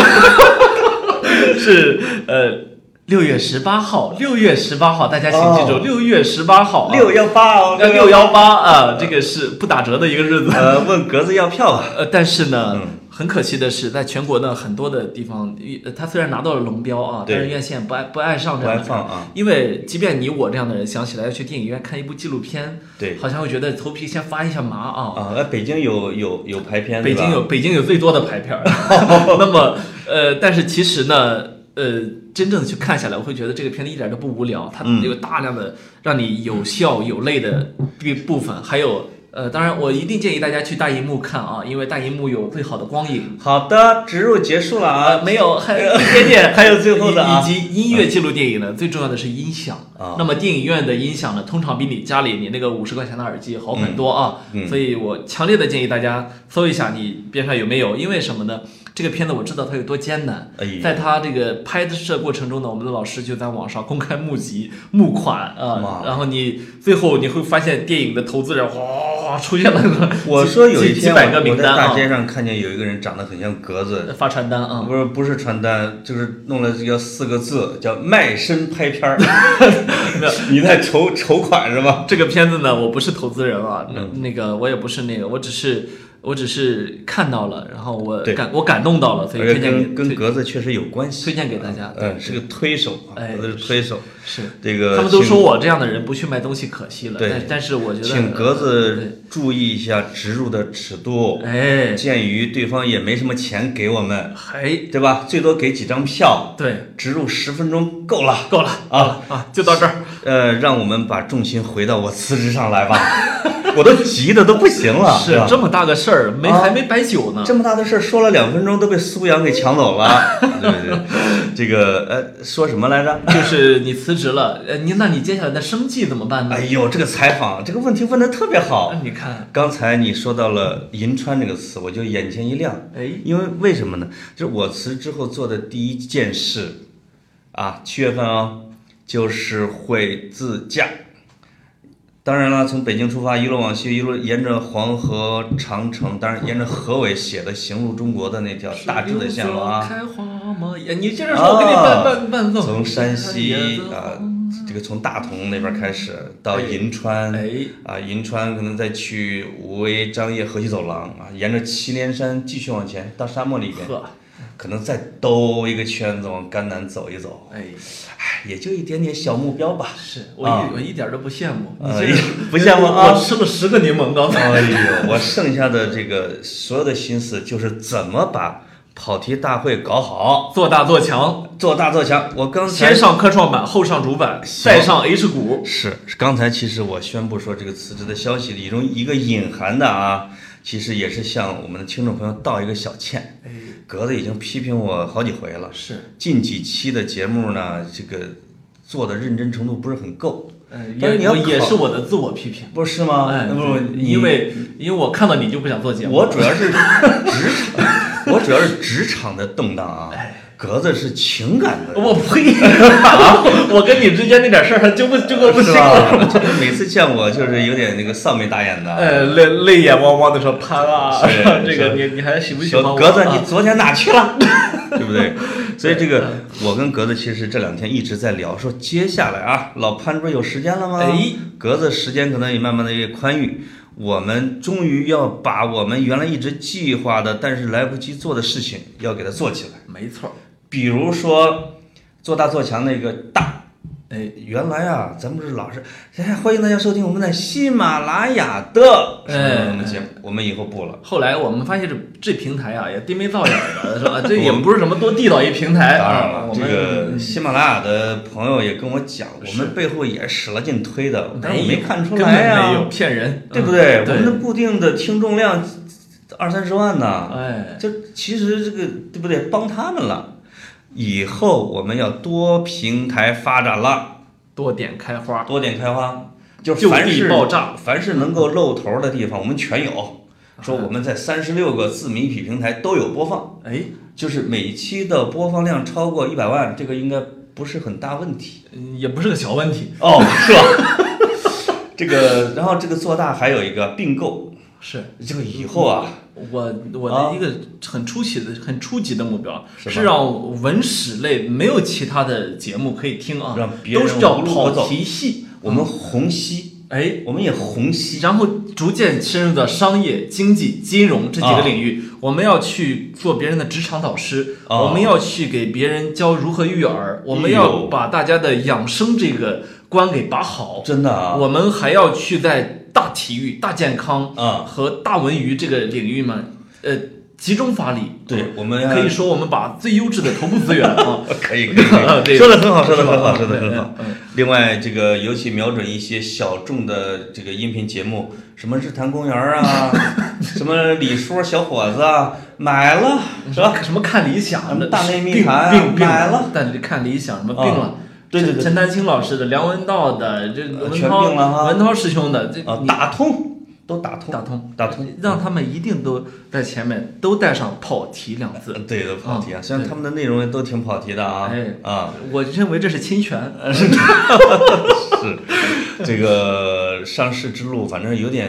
A: 是呃。六月十八号，六月十八号，大家请记住，
B: 哦
A: 六、月十八号、啊，
B: 六幺八哦，
A: 要六
B: 618
A: 幺八啊，这个是不打折的一个日子。
B: 呃，问格子要票啊。
A: 呃，但是呢，
B: 嗯
A: 很可惜的是，在全国的很多的地方，呃它虽然拿到了龙标啊，
B: 对
A: 但是院线不爱不爱上这
B: 不
A: 样
B: 爱
A: 的
B: 放啊，
A: 因为即便你我这样的人想起来要去电影院看一部纪录片，
B: 对
A: 好像会觉得头皮先发一下麻啊。
B: 啊，那北京有有有排片，
A: 北
B: 对吧
A: 京有北京有最多的排 片儿，那么呃，但是其实呢，呃，真正的去看下来，我会觉得这个片子一点都不无聊，它
B: 嗯
A: 有大量的让你有笑有泪的部部分，还有呃，当然我一定建议大家去大荧幕看啊，因为大荧幕有最好的光影。
B: 好的，植入结束了
A: 啊，
B: 啊，
A: 没有，还有一点 点，
B: 还有最后的啊
A: 以以及音乐记录电影呢，最重要的是音响
B: 啊。
A: 那么电影院的音响呢，通常比你家里你那个五十块钱的耳机好很多啊。
B: 嗯嗯
A: 所以我强烈的建议大家搜一下你边上有没有，因为什么呢？这个片子我知道它有多艰难，
B: 哎
A: 在它这个拍摄过程中呢，我们的老师就在网上公开募集募款啊
B: 哇，
A: 然后你最后你会发现电影的投资人哗哗哗出现了个
B: 我说有一
A: 几几
B: 天
A: 百个
B: 我我
A: 名
B: 在
A: 单
B: 大
A: 啊，
B: 街上看见有一个人长得很像格子，
A: 发传单啊。
B: 不是不是传单，就是弄了这个四个字叫卖身拍 片儿。你在筹筹款是吧？
A: 这个片子呢，我不是投资人啊，那
B: 嗯
A: 那个我也不是那个，我只是我只是看到了，然后我
B: 对
A: 感我感动到了，所以
B: 而
A: 推
B: 且
A: 荐给
B: 跟跟
A: 推
B: 格子确实有关系，
A: 推荐给大家
B: 嗯，是个推手啊，
A: 哎
B: 格子是推手，
A: 是。
B: 这个
A: 他们都
B: 请
A: 说我这样的人不去卖东西可惜了，
B: 对
A: 但但是我觉得
B: 请格
A: 对
B: 子注意一下植入的尺度。
A: 哎，
B: 鉴于对方也没什么钱给我们，
A: 还
B: 对吧？最多给几张票，
A: 对，
B: 植入十分钟够了。
A: 够了
B: 啊
A: 啊，就到这儿。
B: 呃，让我们把重心回到我辞职上来吧， 我都急得都不行了，
A: 是
B: 啊对吧
A: 这么大个事儿，没
B: 啊
A: 还没摆酒呢。
B: 这么大的事儿，说了两分钟都被苏阳给抢走了，对不对？这个呃，说什么来着？
A: 就是你辞职了，呃，你那你接下来的生计怎么办呢
B: 哎？呦，这个采访这个问题问的特别好
A: 那。你看，
B: 刚才你说到了“银川”这个词，我就眼前一亮，
A: 哎，
B: 因为为什么呢？就是我辞职之后做的第一件事，啊，七月份啊、就是会自驾。当然了，从北京出发，一路往西，一路沿着黄河、长城，当然沿着河尾写的“行入中国”的那条大致的线路啊，
A: 开花吗？哎你接着说，我给你伴伴伴奏。
B: 从山西
A: 哎
B: 啊，这个从大同那边开始到银川，
A: 哎，
B: 啊，银川可能再去武威、张掖、河西走廊啊，沿着祁连山继续往前到沙漠里边，
A: 呵，
B: 可能再兜一个圈子往甘南走一走，
A: 哎，
B: 唉，也就一点点小目标吧。
A: 是我
B: 啊
A: 一我一点都不羡慕，你
B: 呃
A: 这个
B: 不羡慕 啊
A: 我吃了十个柠檬刚才。
B: 哎呦，我剩下的这个所有的心思就是怎么把跑题大会搞好，
A: 做大做强，
B: 做大做强。我刚才
A: 先上科创板，后上主板，
B: 行
A: 再上 H 股。
B: 是刚才其实我宣布说这个辞职的消息里中一个隐含的啊，其实也是向我们的听众朋友道一个小歉。
A: 哎，
B: 格子已经批评我好几回了。
A: 是，
B: 近几期的节目呢，这个做的认真程度不是很够，
A: 呃，
B: 但是
A: 也
B: 你要
A: 我也
B: 考
A: 是我的自我批评。
B: 不是吗？
A: 哎，
B: 不，你
A: 因为因为我看到你就不想做节目。
B: 我主要是职场，我主要是职场的动荡啊。格子是情感的，
A: 哎我呸！ 我跟你之间那点事儿还揪不揪个不啊清
B: 是
A: 了。
B: 吧？就是每次见我就是有点那个丧眉打眼的。啊
A: 呃，泪泪眼汪汪的说：“潘啊
B: 是，
A: 这个你你还喜不喜
B: 小
A: 欢我啊？”
B: 格子，你昨天哪去了？ 对不对？所以这个，
A: 嗯
B: 我跟格子其实这两天一直在聊，说接下来啊，老潘不是有时间了吗？
A: 哎
B: 格子时间可能也慢慢的越宽裕，我们终于要把我们原来一直计划的，但是来不及做的事情，要给它做起来。
A: 没错儿，
B: 比如说，做大做强那个大。
A: 哎，
B: 原来啊，咱们不是老是，哎，欢迎大家收听我们在喜马拉雅的
A: 哎
B: 什么什么节目，我们以后不了。
A: 后来我们发现这这平台啊也低眉造眼的， 是吧？这也不是什么多地道一平台
B: 当然
A: 啊，
B: 了
A: 我，
B: 这
A: 们
B: 个喜马拉雅的朋友也跟我讲，我
A: 是
B: 们背后也使了劲推的，但是我
A: 没
B: 没
A: 有
B: 看出
A: 根本
B: 来
A: 没
B: 呀
A: 有，骗人，
B: 对不
A: 啊嗯
B: 对？我们的
A: 对，
B: 固定的听众量二三十万呢，
A: 哎，
B: 这其实这个对不对？帮他们了，以后我们要多平台发展了，
A: 多点开花，
B: 多点开花，就
A: 就
B: 凡
A: 地
B: 是
A: 爆炸，
B: 凡是能够露头的地方，我们全有。
A: 啊
B: 说我们在三十六个自媒体平台都有播放。
A: 哎，
B: 就是每期的播放量超过一百万，这个应该不是很大问题
A: 嗯也不是个小问题，
B: 哦，是吧？ 这个，然后这个做大还有一个并购，
A: 是。
B: 这个以后啊，
A: 我我
B: 啊
A: 的一个很初级的、很初级的目标
B: 是吧
A: 是让文史类没有其他的节目可以听啊，
B: 让别
A: 都
B: 人
A: 是叫
B: 无路可
A: 跑
B: 走
A: 题系，
B: 我们虹吸，
A: 哎，
B: 我们也虹吸，
A: 然后逐渐深入到商业、经济、金融这几个领域，我们要去做别人的职场导师，
B: 啊
A: 我们要去给别人教如何育儿，我们
B: 哎
A: 要
B: 呦
A: 把大家的养生这个关给把好，
B: 真的啊，
A: 我们还要去在大体育、大健康
B: 啊，
A: 和大文娱这个领域嘛，呃，集中发力。
B: 对，我们
A: 可以说我们把最优质的头部资源啊，
B: 可以可以可
A: 对
B: 以，说的很好，说的很好，说的
A: 对
B: 很好。
A: 嗯
B: 另外，这个尤其瞄准一些小众的这个音频节目，什么日坛公 园啊，什么李叔小伙子啊，买了是吧？
A: 啊什么看理想的
B: 大内密
A: 病
B: 谈
A: 病病
B: 买了，
A: 但是看理想什么病
B: 啊
A: 了。
B: 对对对
A: 陈陈丹青老师的、梁文道的、这
B: 呃
A: 文
B: 全
A: 涛、
B: 病了哈
A: 文涛师兄的，这
B: 啊，
A: 你
B: 打通都打通，
A: 打通
B: 打通，
A: 让他们一定都在前面都带上“跑题”两字。
B: 对的跑题啊，
A: 嗯
B: 虽然他们的内容都挺跑题的啊
A: 哎，
B: 啊，
A: 我认为这是侵权。
B: 呃是这个上市之路，反正有点，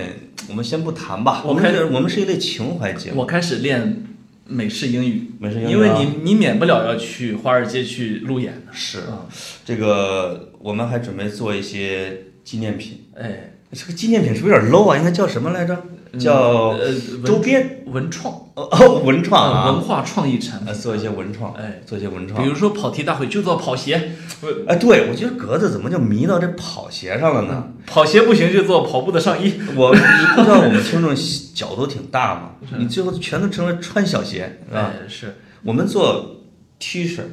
B: 我们先不谈吧。
A: 我
B: 我们
A: 看
B: 是我们是一类情怀节目，
A: 我开始练美式英语，
B: 美式英语啊
A: 因为你你免不了要去华尔街去路演的。
B: 是
A: 啊
B: 这个我们还准备做一些纪念品，
A: 哎，
B: 这个纪念品是不是有点 low 啊？应该叫什么来着？叫
A: 呃
B: 哦周边
A: 文文创
B: 哦嗯 哦，文创
A: 呃
B: 啊
A: 文，化创意产
B: 呃，
A: 品，
B: 做一些文创，
A: 哎，
B: 做一些文创
A: 比。如说跑题大会就做跑鞋，
B: 哎，对，我觉得格子怎么就迷到这跑鞋上了呢？
A: 跑鞋不行就做跑步的上衣，
B: 我你不知道我们听众脚都挺大 嘛，你最后全都成了穿小鞋，是吧？
A: 哎是，
B: 我们做 T 恤，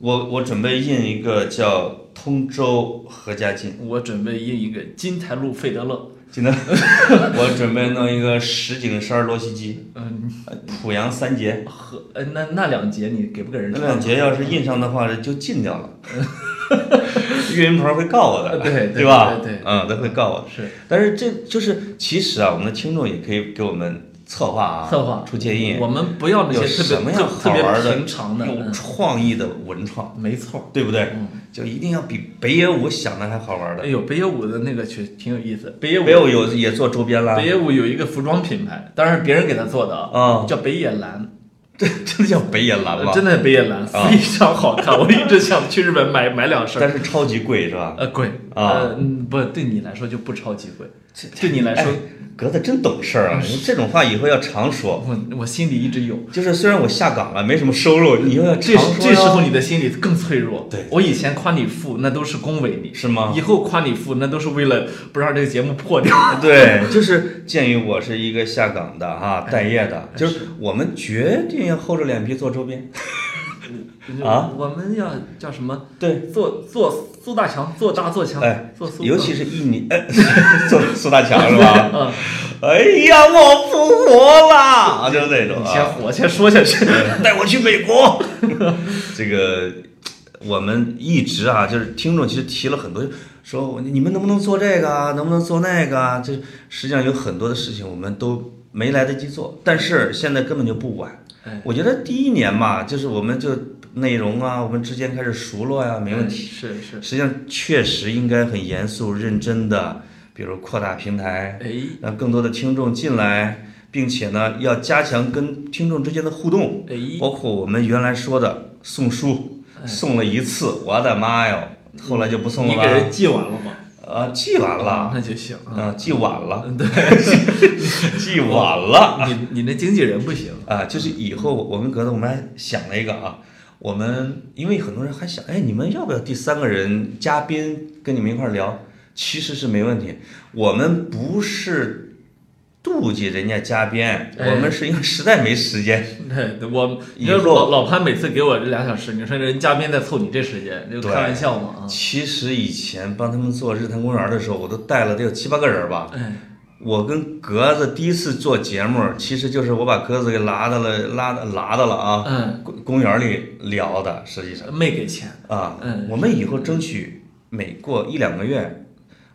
B: 我我准备印一个叫通州何家劲，
A: 我准备印一个金台路费德勒，
B: 今天我准备弄一个石井山罗西基，
A: 嗯，
B: 濮阳三杰。
A: 和呃那那两节你给不给人
B: 那
A: 穿？
B: 两节要是印上的话，就禁 掉了。岳云鹏会告我的，
A: 对对
B: 对吧？
A: 对对
B: 嗯，他会告我。
A: 是
B: 但是这就是其实啊，我们的听众也可以给我们策划啊，
A: 策划
B: 出建议，
A: 我们不要那
B: 有
A: 些
B: 什
A: 特
B: 么
A: 别
B: 样
A: 特特
B: 好
A: 别
B: 玩的、
A: 平常的，
B: 有
A: 嗯
B: 创意的文创，
A: 没错。
B: 对不对？
A: 嗯
B: 就一定要比北野武想的还好玩的
A: 哎。呦，北野武的那个确挺有意思，北野武
B: 北野武啊有也做周边啦，
A: 北野武有一个服装品牌，当然别人给他做的
B: 啊
A: 叫北野蓝，
B: 这真的叫北野蓝吗？
A: 真的北野蓝
B: 啊
A: 非常好看，我一直想去日本买买两身儿。
B: 但是超级贵是吧？
A: 呃，贵
B: 啊
A: 呃，嗯不对你来说就不超级贵，对你来说，
B: 格子真懂事儿
A: 嗯
B: 啊！这种话以后要常说。
A: 我我心里一直有。
B: 就是虽然我下岗了，没什么收入，你又要
A: 这
B: 常
A: 时
B: 说
A: 嗯这时候
B: 呀
A: 你的心里更脆弱。
B: 对
A: 我以前夸你富，那都是恭维你；
B: 是吗？
A: 以后夸你富，那都是为了不让这个节目破 掉。
B: 啊对，就是鉴于我是一个下岗的哈、
A: 哎
B: 待业的，就是我们决定要厚着脸皮做周边。啊，
A: 我们要叫什么？
B: 对，
A: 做做苏大强，做大做强，
B: 哎
A: 做苏大，
B: 尤其是一年， 哎做苏大强是吧？
A: 嗯，
B: 哎呀，我不活了，就是那种
A: 你先
B: 啊，
A: 火，先说下去。
B: 带我去美国。这个我们一直啊，就是听众其实提了很多，说你们能不能做这个啊，能不能做那个啊？就是实际上有很多的事情我们都没来得及做，但是现在根本就不晚。
A: 哎
B: 我觉得第一年嘛，就是我们就内容啊，我们之间开始熟络呀、没问题。
A: 是是，
B: 实际上确实应该很严肃认真的，比如扩大平台，
A: 哎，
B: 让更多的听众进来，并且呢，要加强跟听众之间的互动，
A: 哎，
B: 包括我们原来说的送书，送了一次，我的妈哟，后来就不送
A: 你
B: 了
A: 给人
B: 吧？
A: 寄完了吗？
B: 啊，寄完了，
A: 那就行啊。
B: 啊，寄晚了，
A: 对，
B: 寄晚了。
A: 你你那经纪人不行。
B: 啊，就是以后我们格子，我们还想了一个啊，我们因为很多人还想，哎，你们要不要第三个人嘉宾跟你们一块儿聊？其实是没问题，我们不是妒忌人家嘉宾，我们是因为实在没时间。
A: 对，我
B: 哎以
A: 你说
B: 后
A: 老老潘每次给我这俩小时，你说人嘉宾在凑你这时间，那就
B: 对
A: 开玩笑嘛啊。
B: 其实以前帮他们做日坛公园的时候，我都带了得有七八个人吧。
A: 哎，
B: 我跟格子第一次做节目，其实就是我把格子给拉到了拉到拉到了啊，
A: 嗯，
B: 公公园里聊的，实际上。
A: 没给钱，
B: 啊，
A: 嗯
B: 我们以后争取每过一两个月，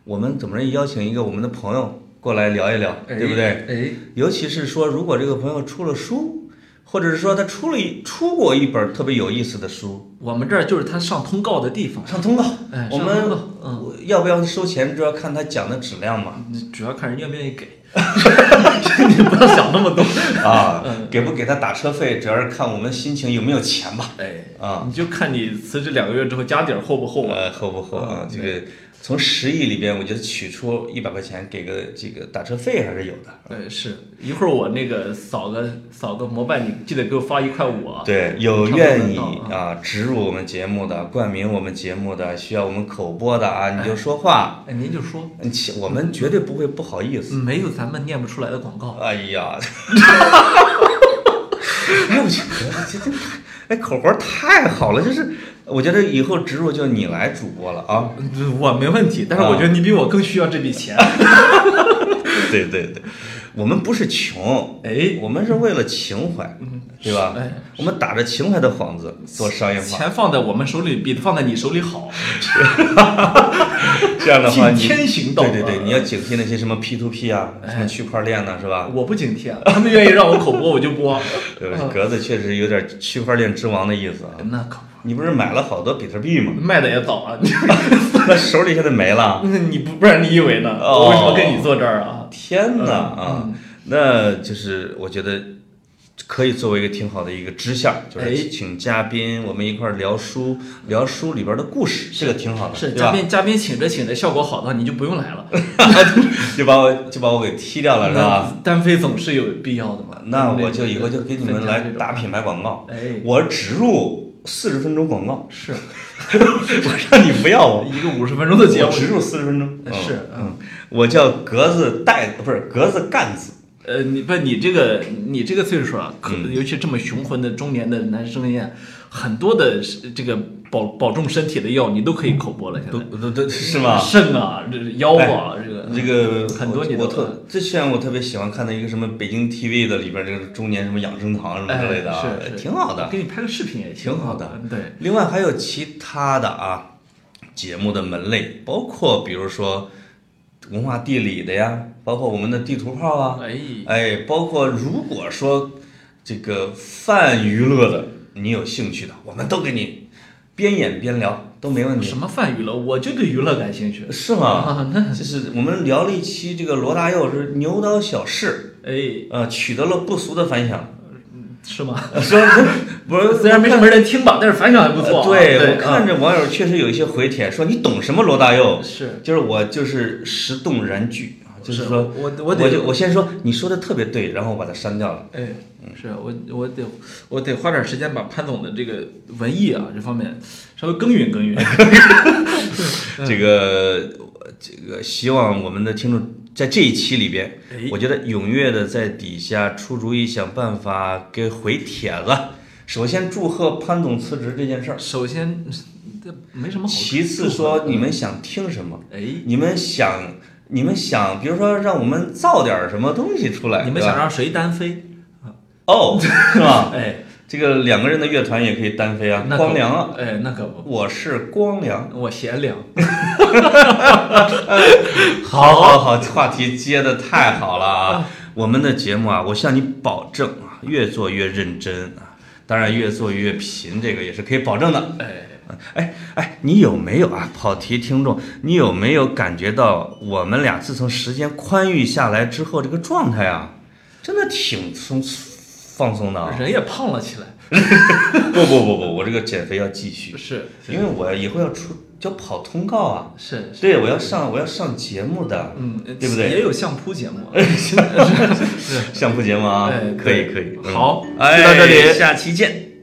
B: 我们怎么着也邀请一个我们的朋友过来聊一聊，
A: 哎
B: 对不对？
A: 对？
B: 尤其是说，如果这个朋友出了书，或者是说他出了一出过一本特别有意思的
A: 哎
B: 书，，
A: 我们这儿就是他上通告的地方。
B: 上通告，
A: 哎，
B: 我
A: 上通
B: 们
A: 告，嗯，
B: 要不要收钱，就要看他讲的质 量嘛。
A: 你主要看人愿不愿意 给，你不要想那么多。
B: 啊，
A: 嗯
B: 给不给他打车费，主要是看我们心情有没有钱吧。
A: 哎，
B: 啊，
A: 你就看你辞职两个月之后家底儿厚不厚啊？
B: 呃，厚不厚啊
A: 嗯？
B: 这个从十亿里边，我觉得取出一百块钱给个这个打车费还是有的。
A: 对，哎是一会儿我那个扫个扫个膜拜，你记得给我发一块五啊。
B: 对，有
A: 差不多
B: 愿意
A: 能到
B: 啊植入我们节目的、冠名我们节目的、需要我们口播的啊，你就说话，
A: 哎，您就说，
B: 嗯其我们绝对不会不好意思。
A: 没有咱们念不出来的广告。
B: 哎呀， 哎，我觉得这这哎口活太好了，就是我觉得以后植入就你来主播了啊。
A: 嗯我没问题，但是我觉得你比我更需要这笔 钱。
B: 对对对，我们不是穷，
A: 哎，
B: 我们是为了情怀，对吧
A: 哎？
B: 我们打着情怀的幌子做商业化，
A: 钱放在我们手里比放在你手里好。
B: 这样的话你
A: 谨天行道
B: 对对对，
A: 啊
B: 你要警惕那些什么 P to P 啊，什么区块链呐、是吧？
A: 我不警 惕，啊他们愿意让我口播，我就播。
B: 对吧？格子确实有点区块链之王的意思啊。
A: 那可
B: 你不是买了好多比特币吗
A: 不，？卖的也早啊。
B: 那手里现在没了。
A: 那你不不然你以为呢？
B: 哦
A: 我为什么跟你坐这儿啊？
B: 天哪啊！那就是我觉得可以作为一个挺好的一个支线，就是
A: 哎
B: 请嘉宾我们一块儿聊书，聊书里边的故事，这个挺好的，
A: 是
B: 对
A: 嘉
B: 吧？
A: 宾嘉宾请着请着效果好的话，你就不用来了，
B: 就把我就把我给踢掉啊了，是吧？
A: 那单飞总是有必要的嘛。
B: 那
A: 对不对
B: 我就以后就给你们来打品牌广告，
A: 哎，
B: 我只录四十分钟广告，
A: 是
B: 我让你不要我，
A: 一个五十分钟的节目
B: 我，只录四十分钟。
A: 呃
B: 嗯
A: 是
B: 嗯，我叫格子带，不是格子干子，
A: 呃，你不，你这个你这个岁数啊，可
B: 嗯
A: 尤其这么雄浑的中年的男生呀，很多的是这个保保重身体的药你都可以口播了，现在
B: 都都 是吗？
A: 肾啊，这腰啊，这个
B: 嗯哎这个
A: 很多
B: 我
A: 你都啊
B: 我特之前我特别喜欢看的一个什么北京 TV 的里边这个中年什么养生堂什么之类的啊，
A: 哎是是
B: 挺好的。
A: 给你拍个视频也行
B: 挺好的，
A: 嗯对，
B: 另外还有其他的啊节目的门类，包括比如说文化地理的呀，包括我们的地图炮啊，
A: 哎，
B: 哎，包括如果说这个泛娱乐的你有兴趣的，我们都给你边演边聊都没问题
A: 什，么泛娱乐，我就对娱乐感兴趣。
B: 是
A: 啊
B: 吗？就是我们聊了一期这个罗大佑是牛刀小试，
A: 哎，
B: 呃，取得了不俗的反响。
A: 是吗？
B: 说不是
A: 虽然没什么人听吧，但是反响还不错啊。
B: 对
A: 对，
B: 我看
A: 着
B: 着网友确实有一些回帖，说你懂什么罗大佑？
A: 是
B: 就是我就是石动燃具啊，就是说
A: 我
B: 我
A: 我得
B: 就我先说你说的特别对，然后我把它删掉了。
A: 哎，是我我得我得花点时间把潘总的这个文艺啊这方面稍微耕耘耕 耘。嗯
B: 这个我这个希望我们的听众在这一期里边，
A: 哎
B: 我觉得踊跃的在底下出主意想办法给回帖子。首先祝贺潘总辞职这件事儿，
A: 首先这没什么好，
B: 其次说你们想听什么。
A: 哎，
B: 你们想，你们想，比如说让我们造点什么东西出来，
A: 你们
B: 对吧
A: 想让谁单飞？
B: 哦，是吧？
A: 哎，
B: 这个两个人的乐团也可以单飞啊，
A: 那可
B: 光良啊，，
A: 哎，那可不，
B: 我是光良。
A: 我贤良，
B: 好好好，话题接的太好了啊！我们的节目啊，我向你保证啊，越做越认真啊，当然越做越贫，这个也是可以保证的。
A: 哎，
B: 哎哎，你有没有啊？跑题听众，你有没有感觉到我们俩自从时间宽裕下来之后，这个状态啊，真的挺松放松的啊！
A: 人也胖了起来，
B: 不不不不，我这个减肥要继续，
A: 是
B: 因为我以后要出要跑通告啊，
A: 是，
B: 对我要上我要上节目的，
A: 嗯，
B: 对不对
A: 也有相扑节 目，
B: 相扑节目啊
A: 哎，
B: 可以可
A: 对
B: 以，嗯
A: 好
B: 哎，
A: 就到这里
B: 下期见。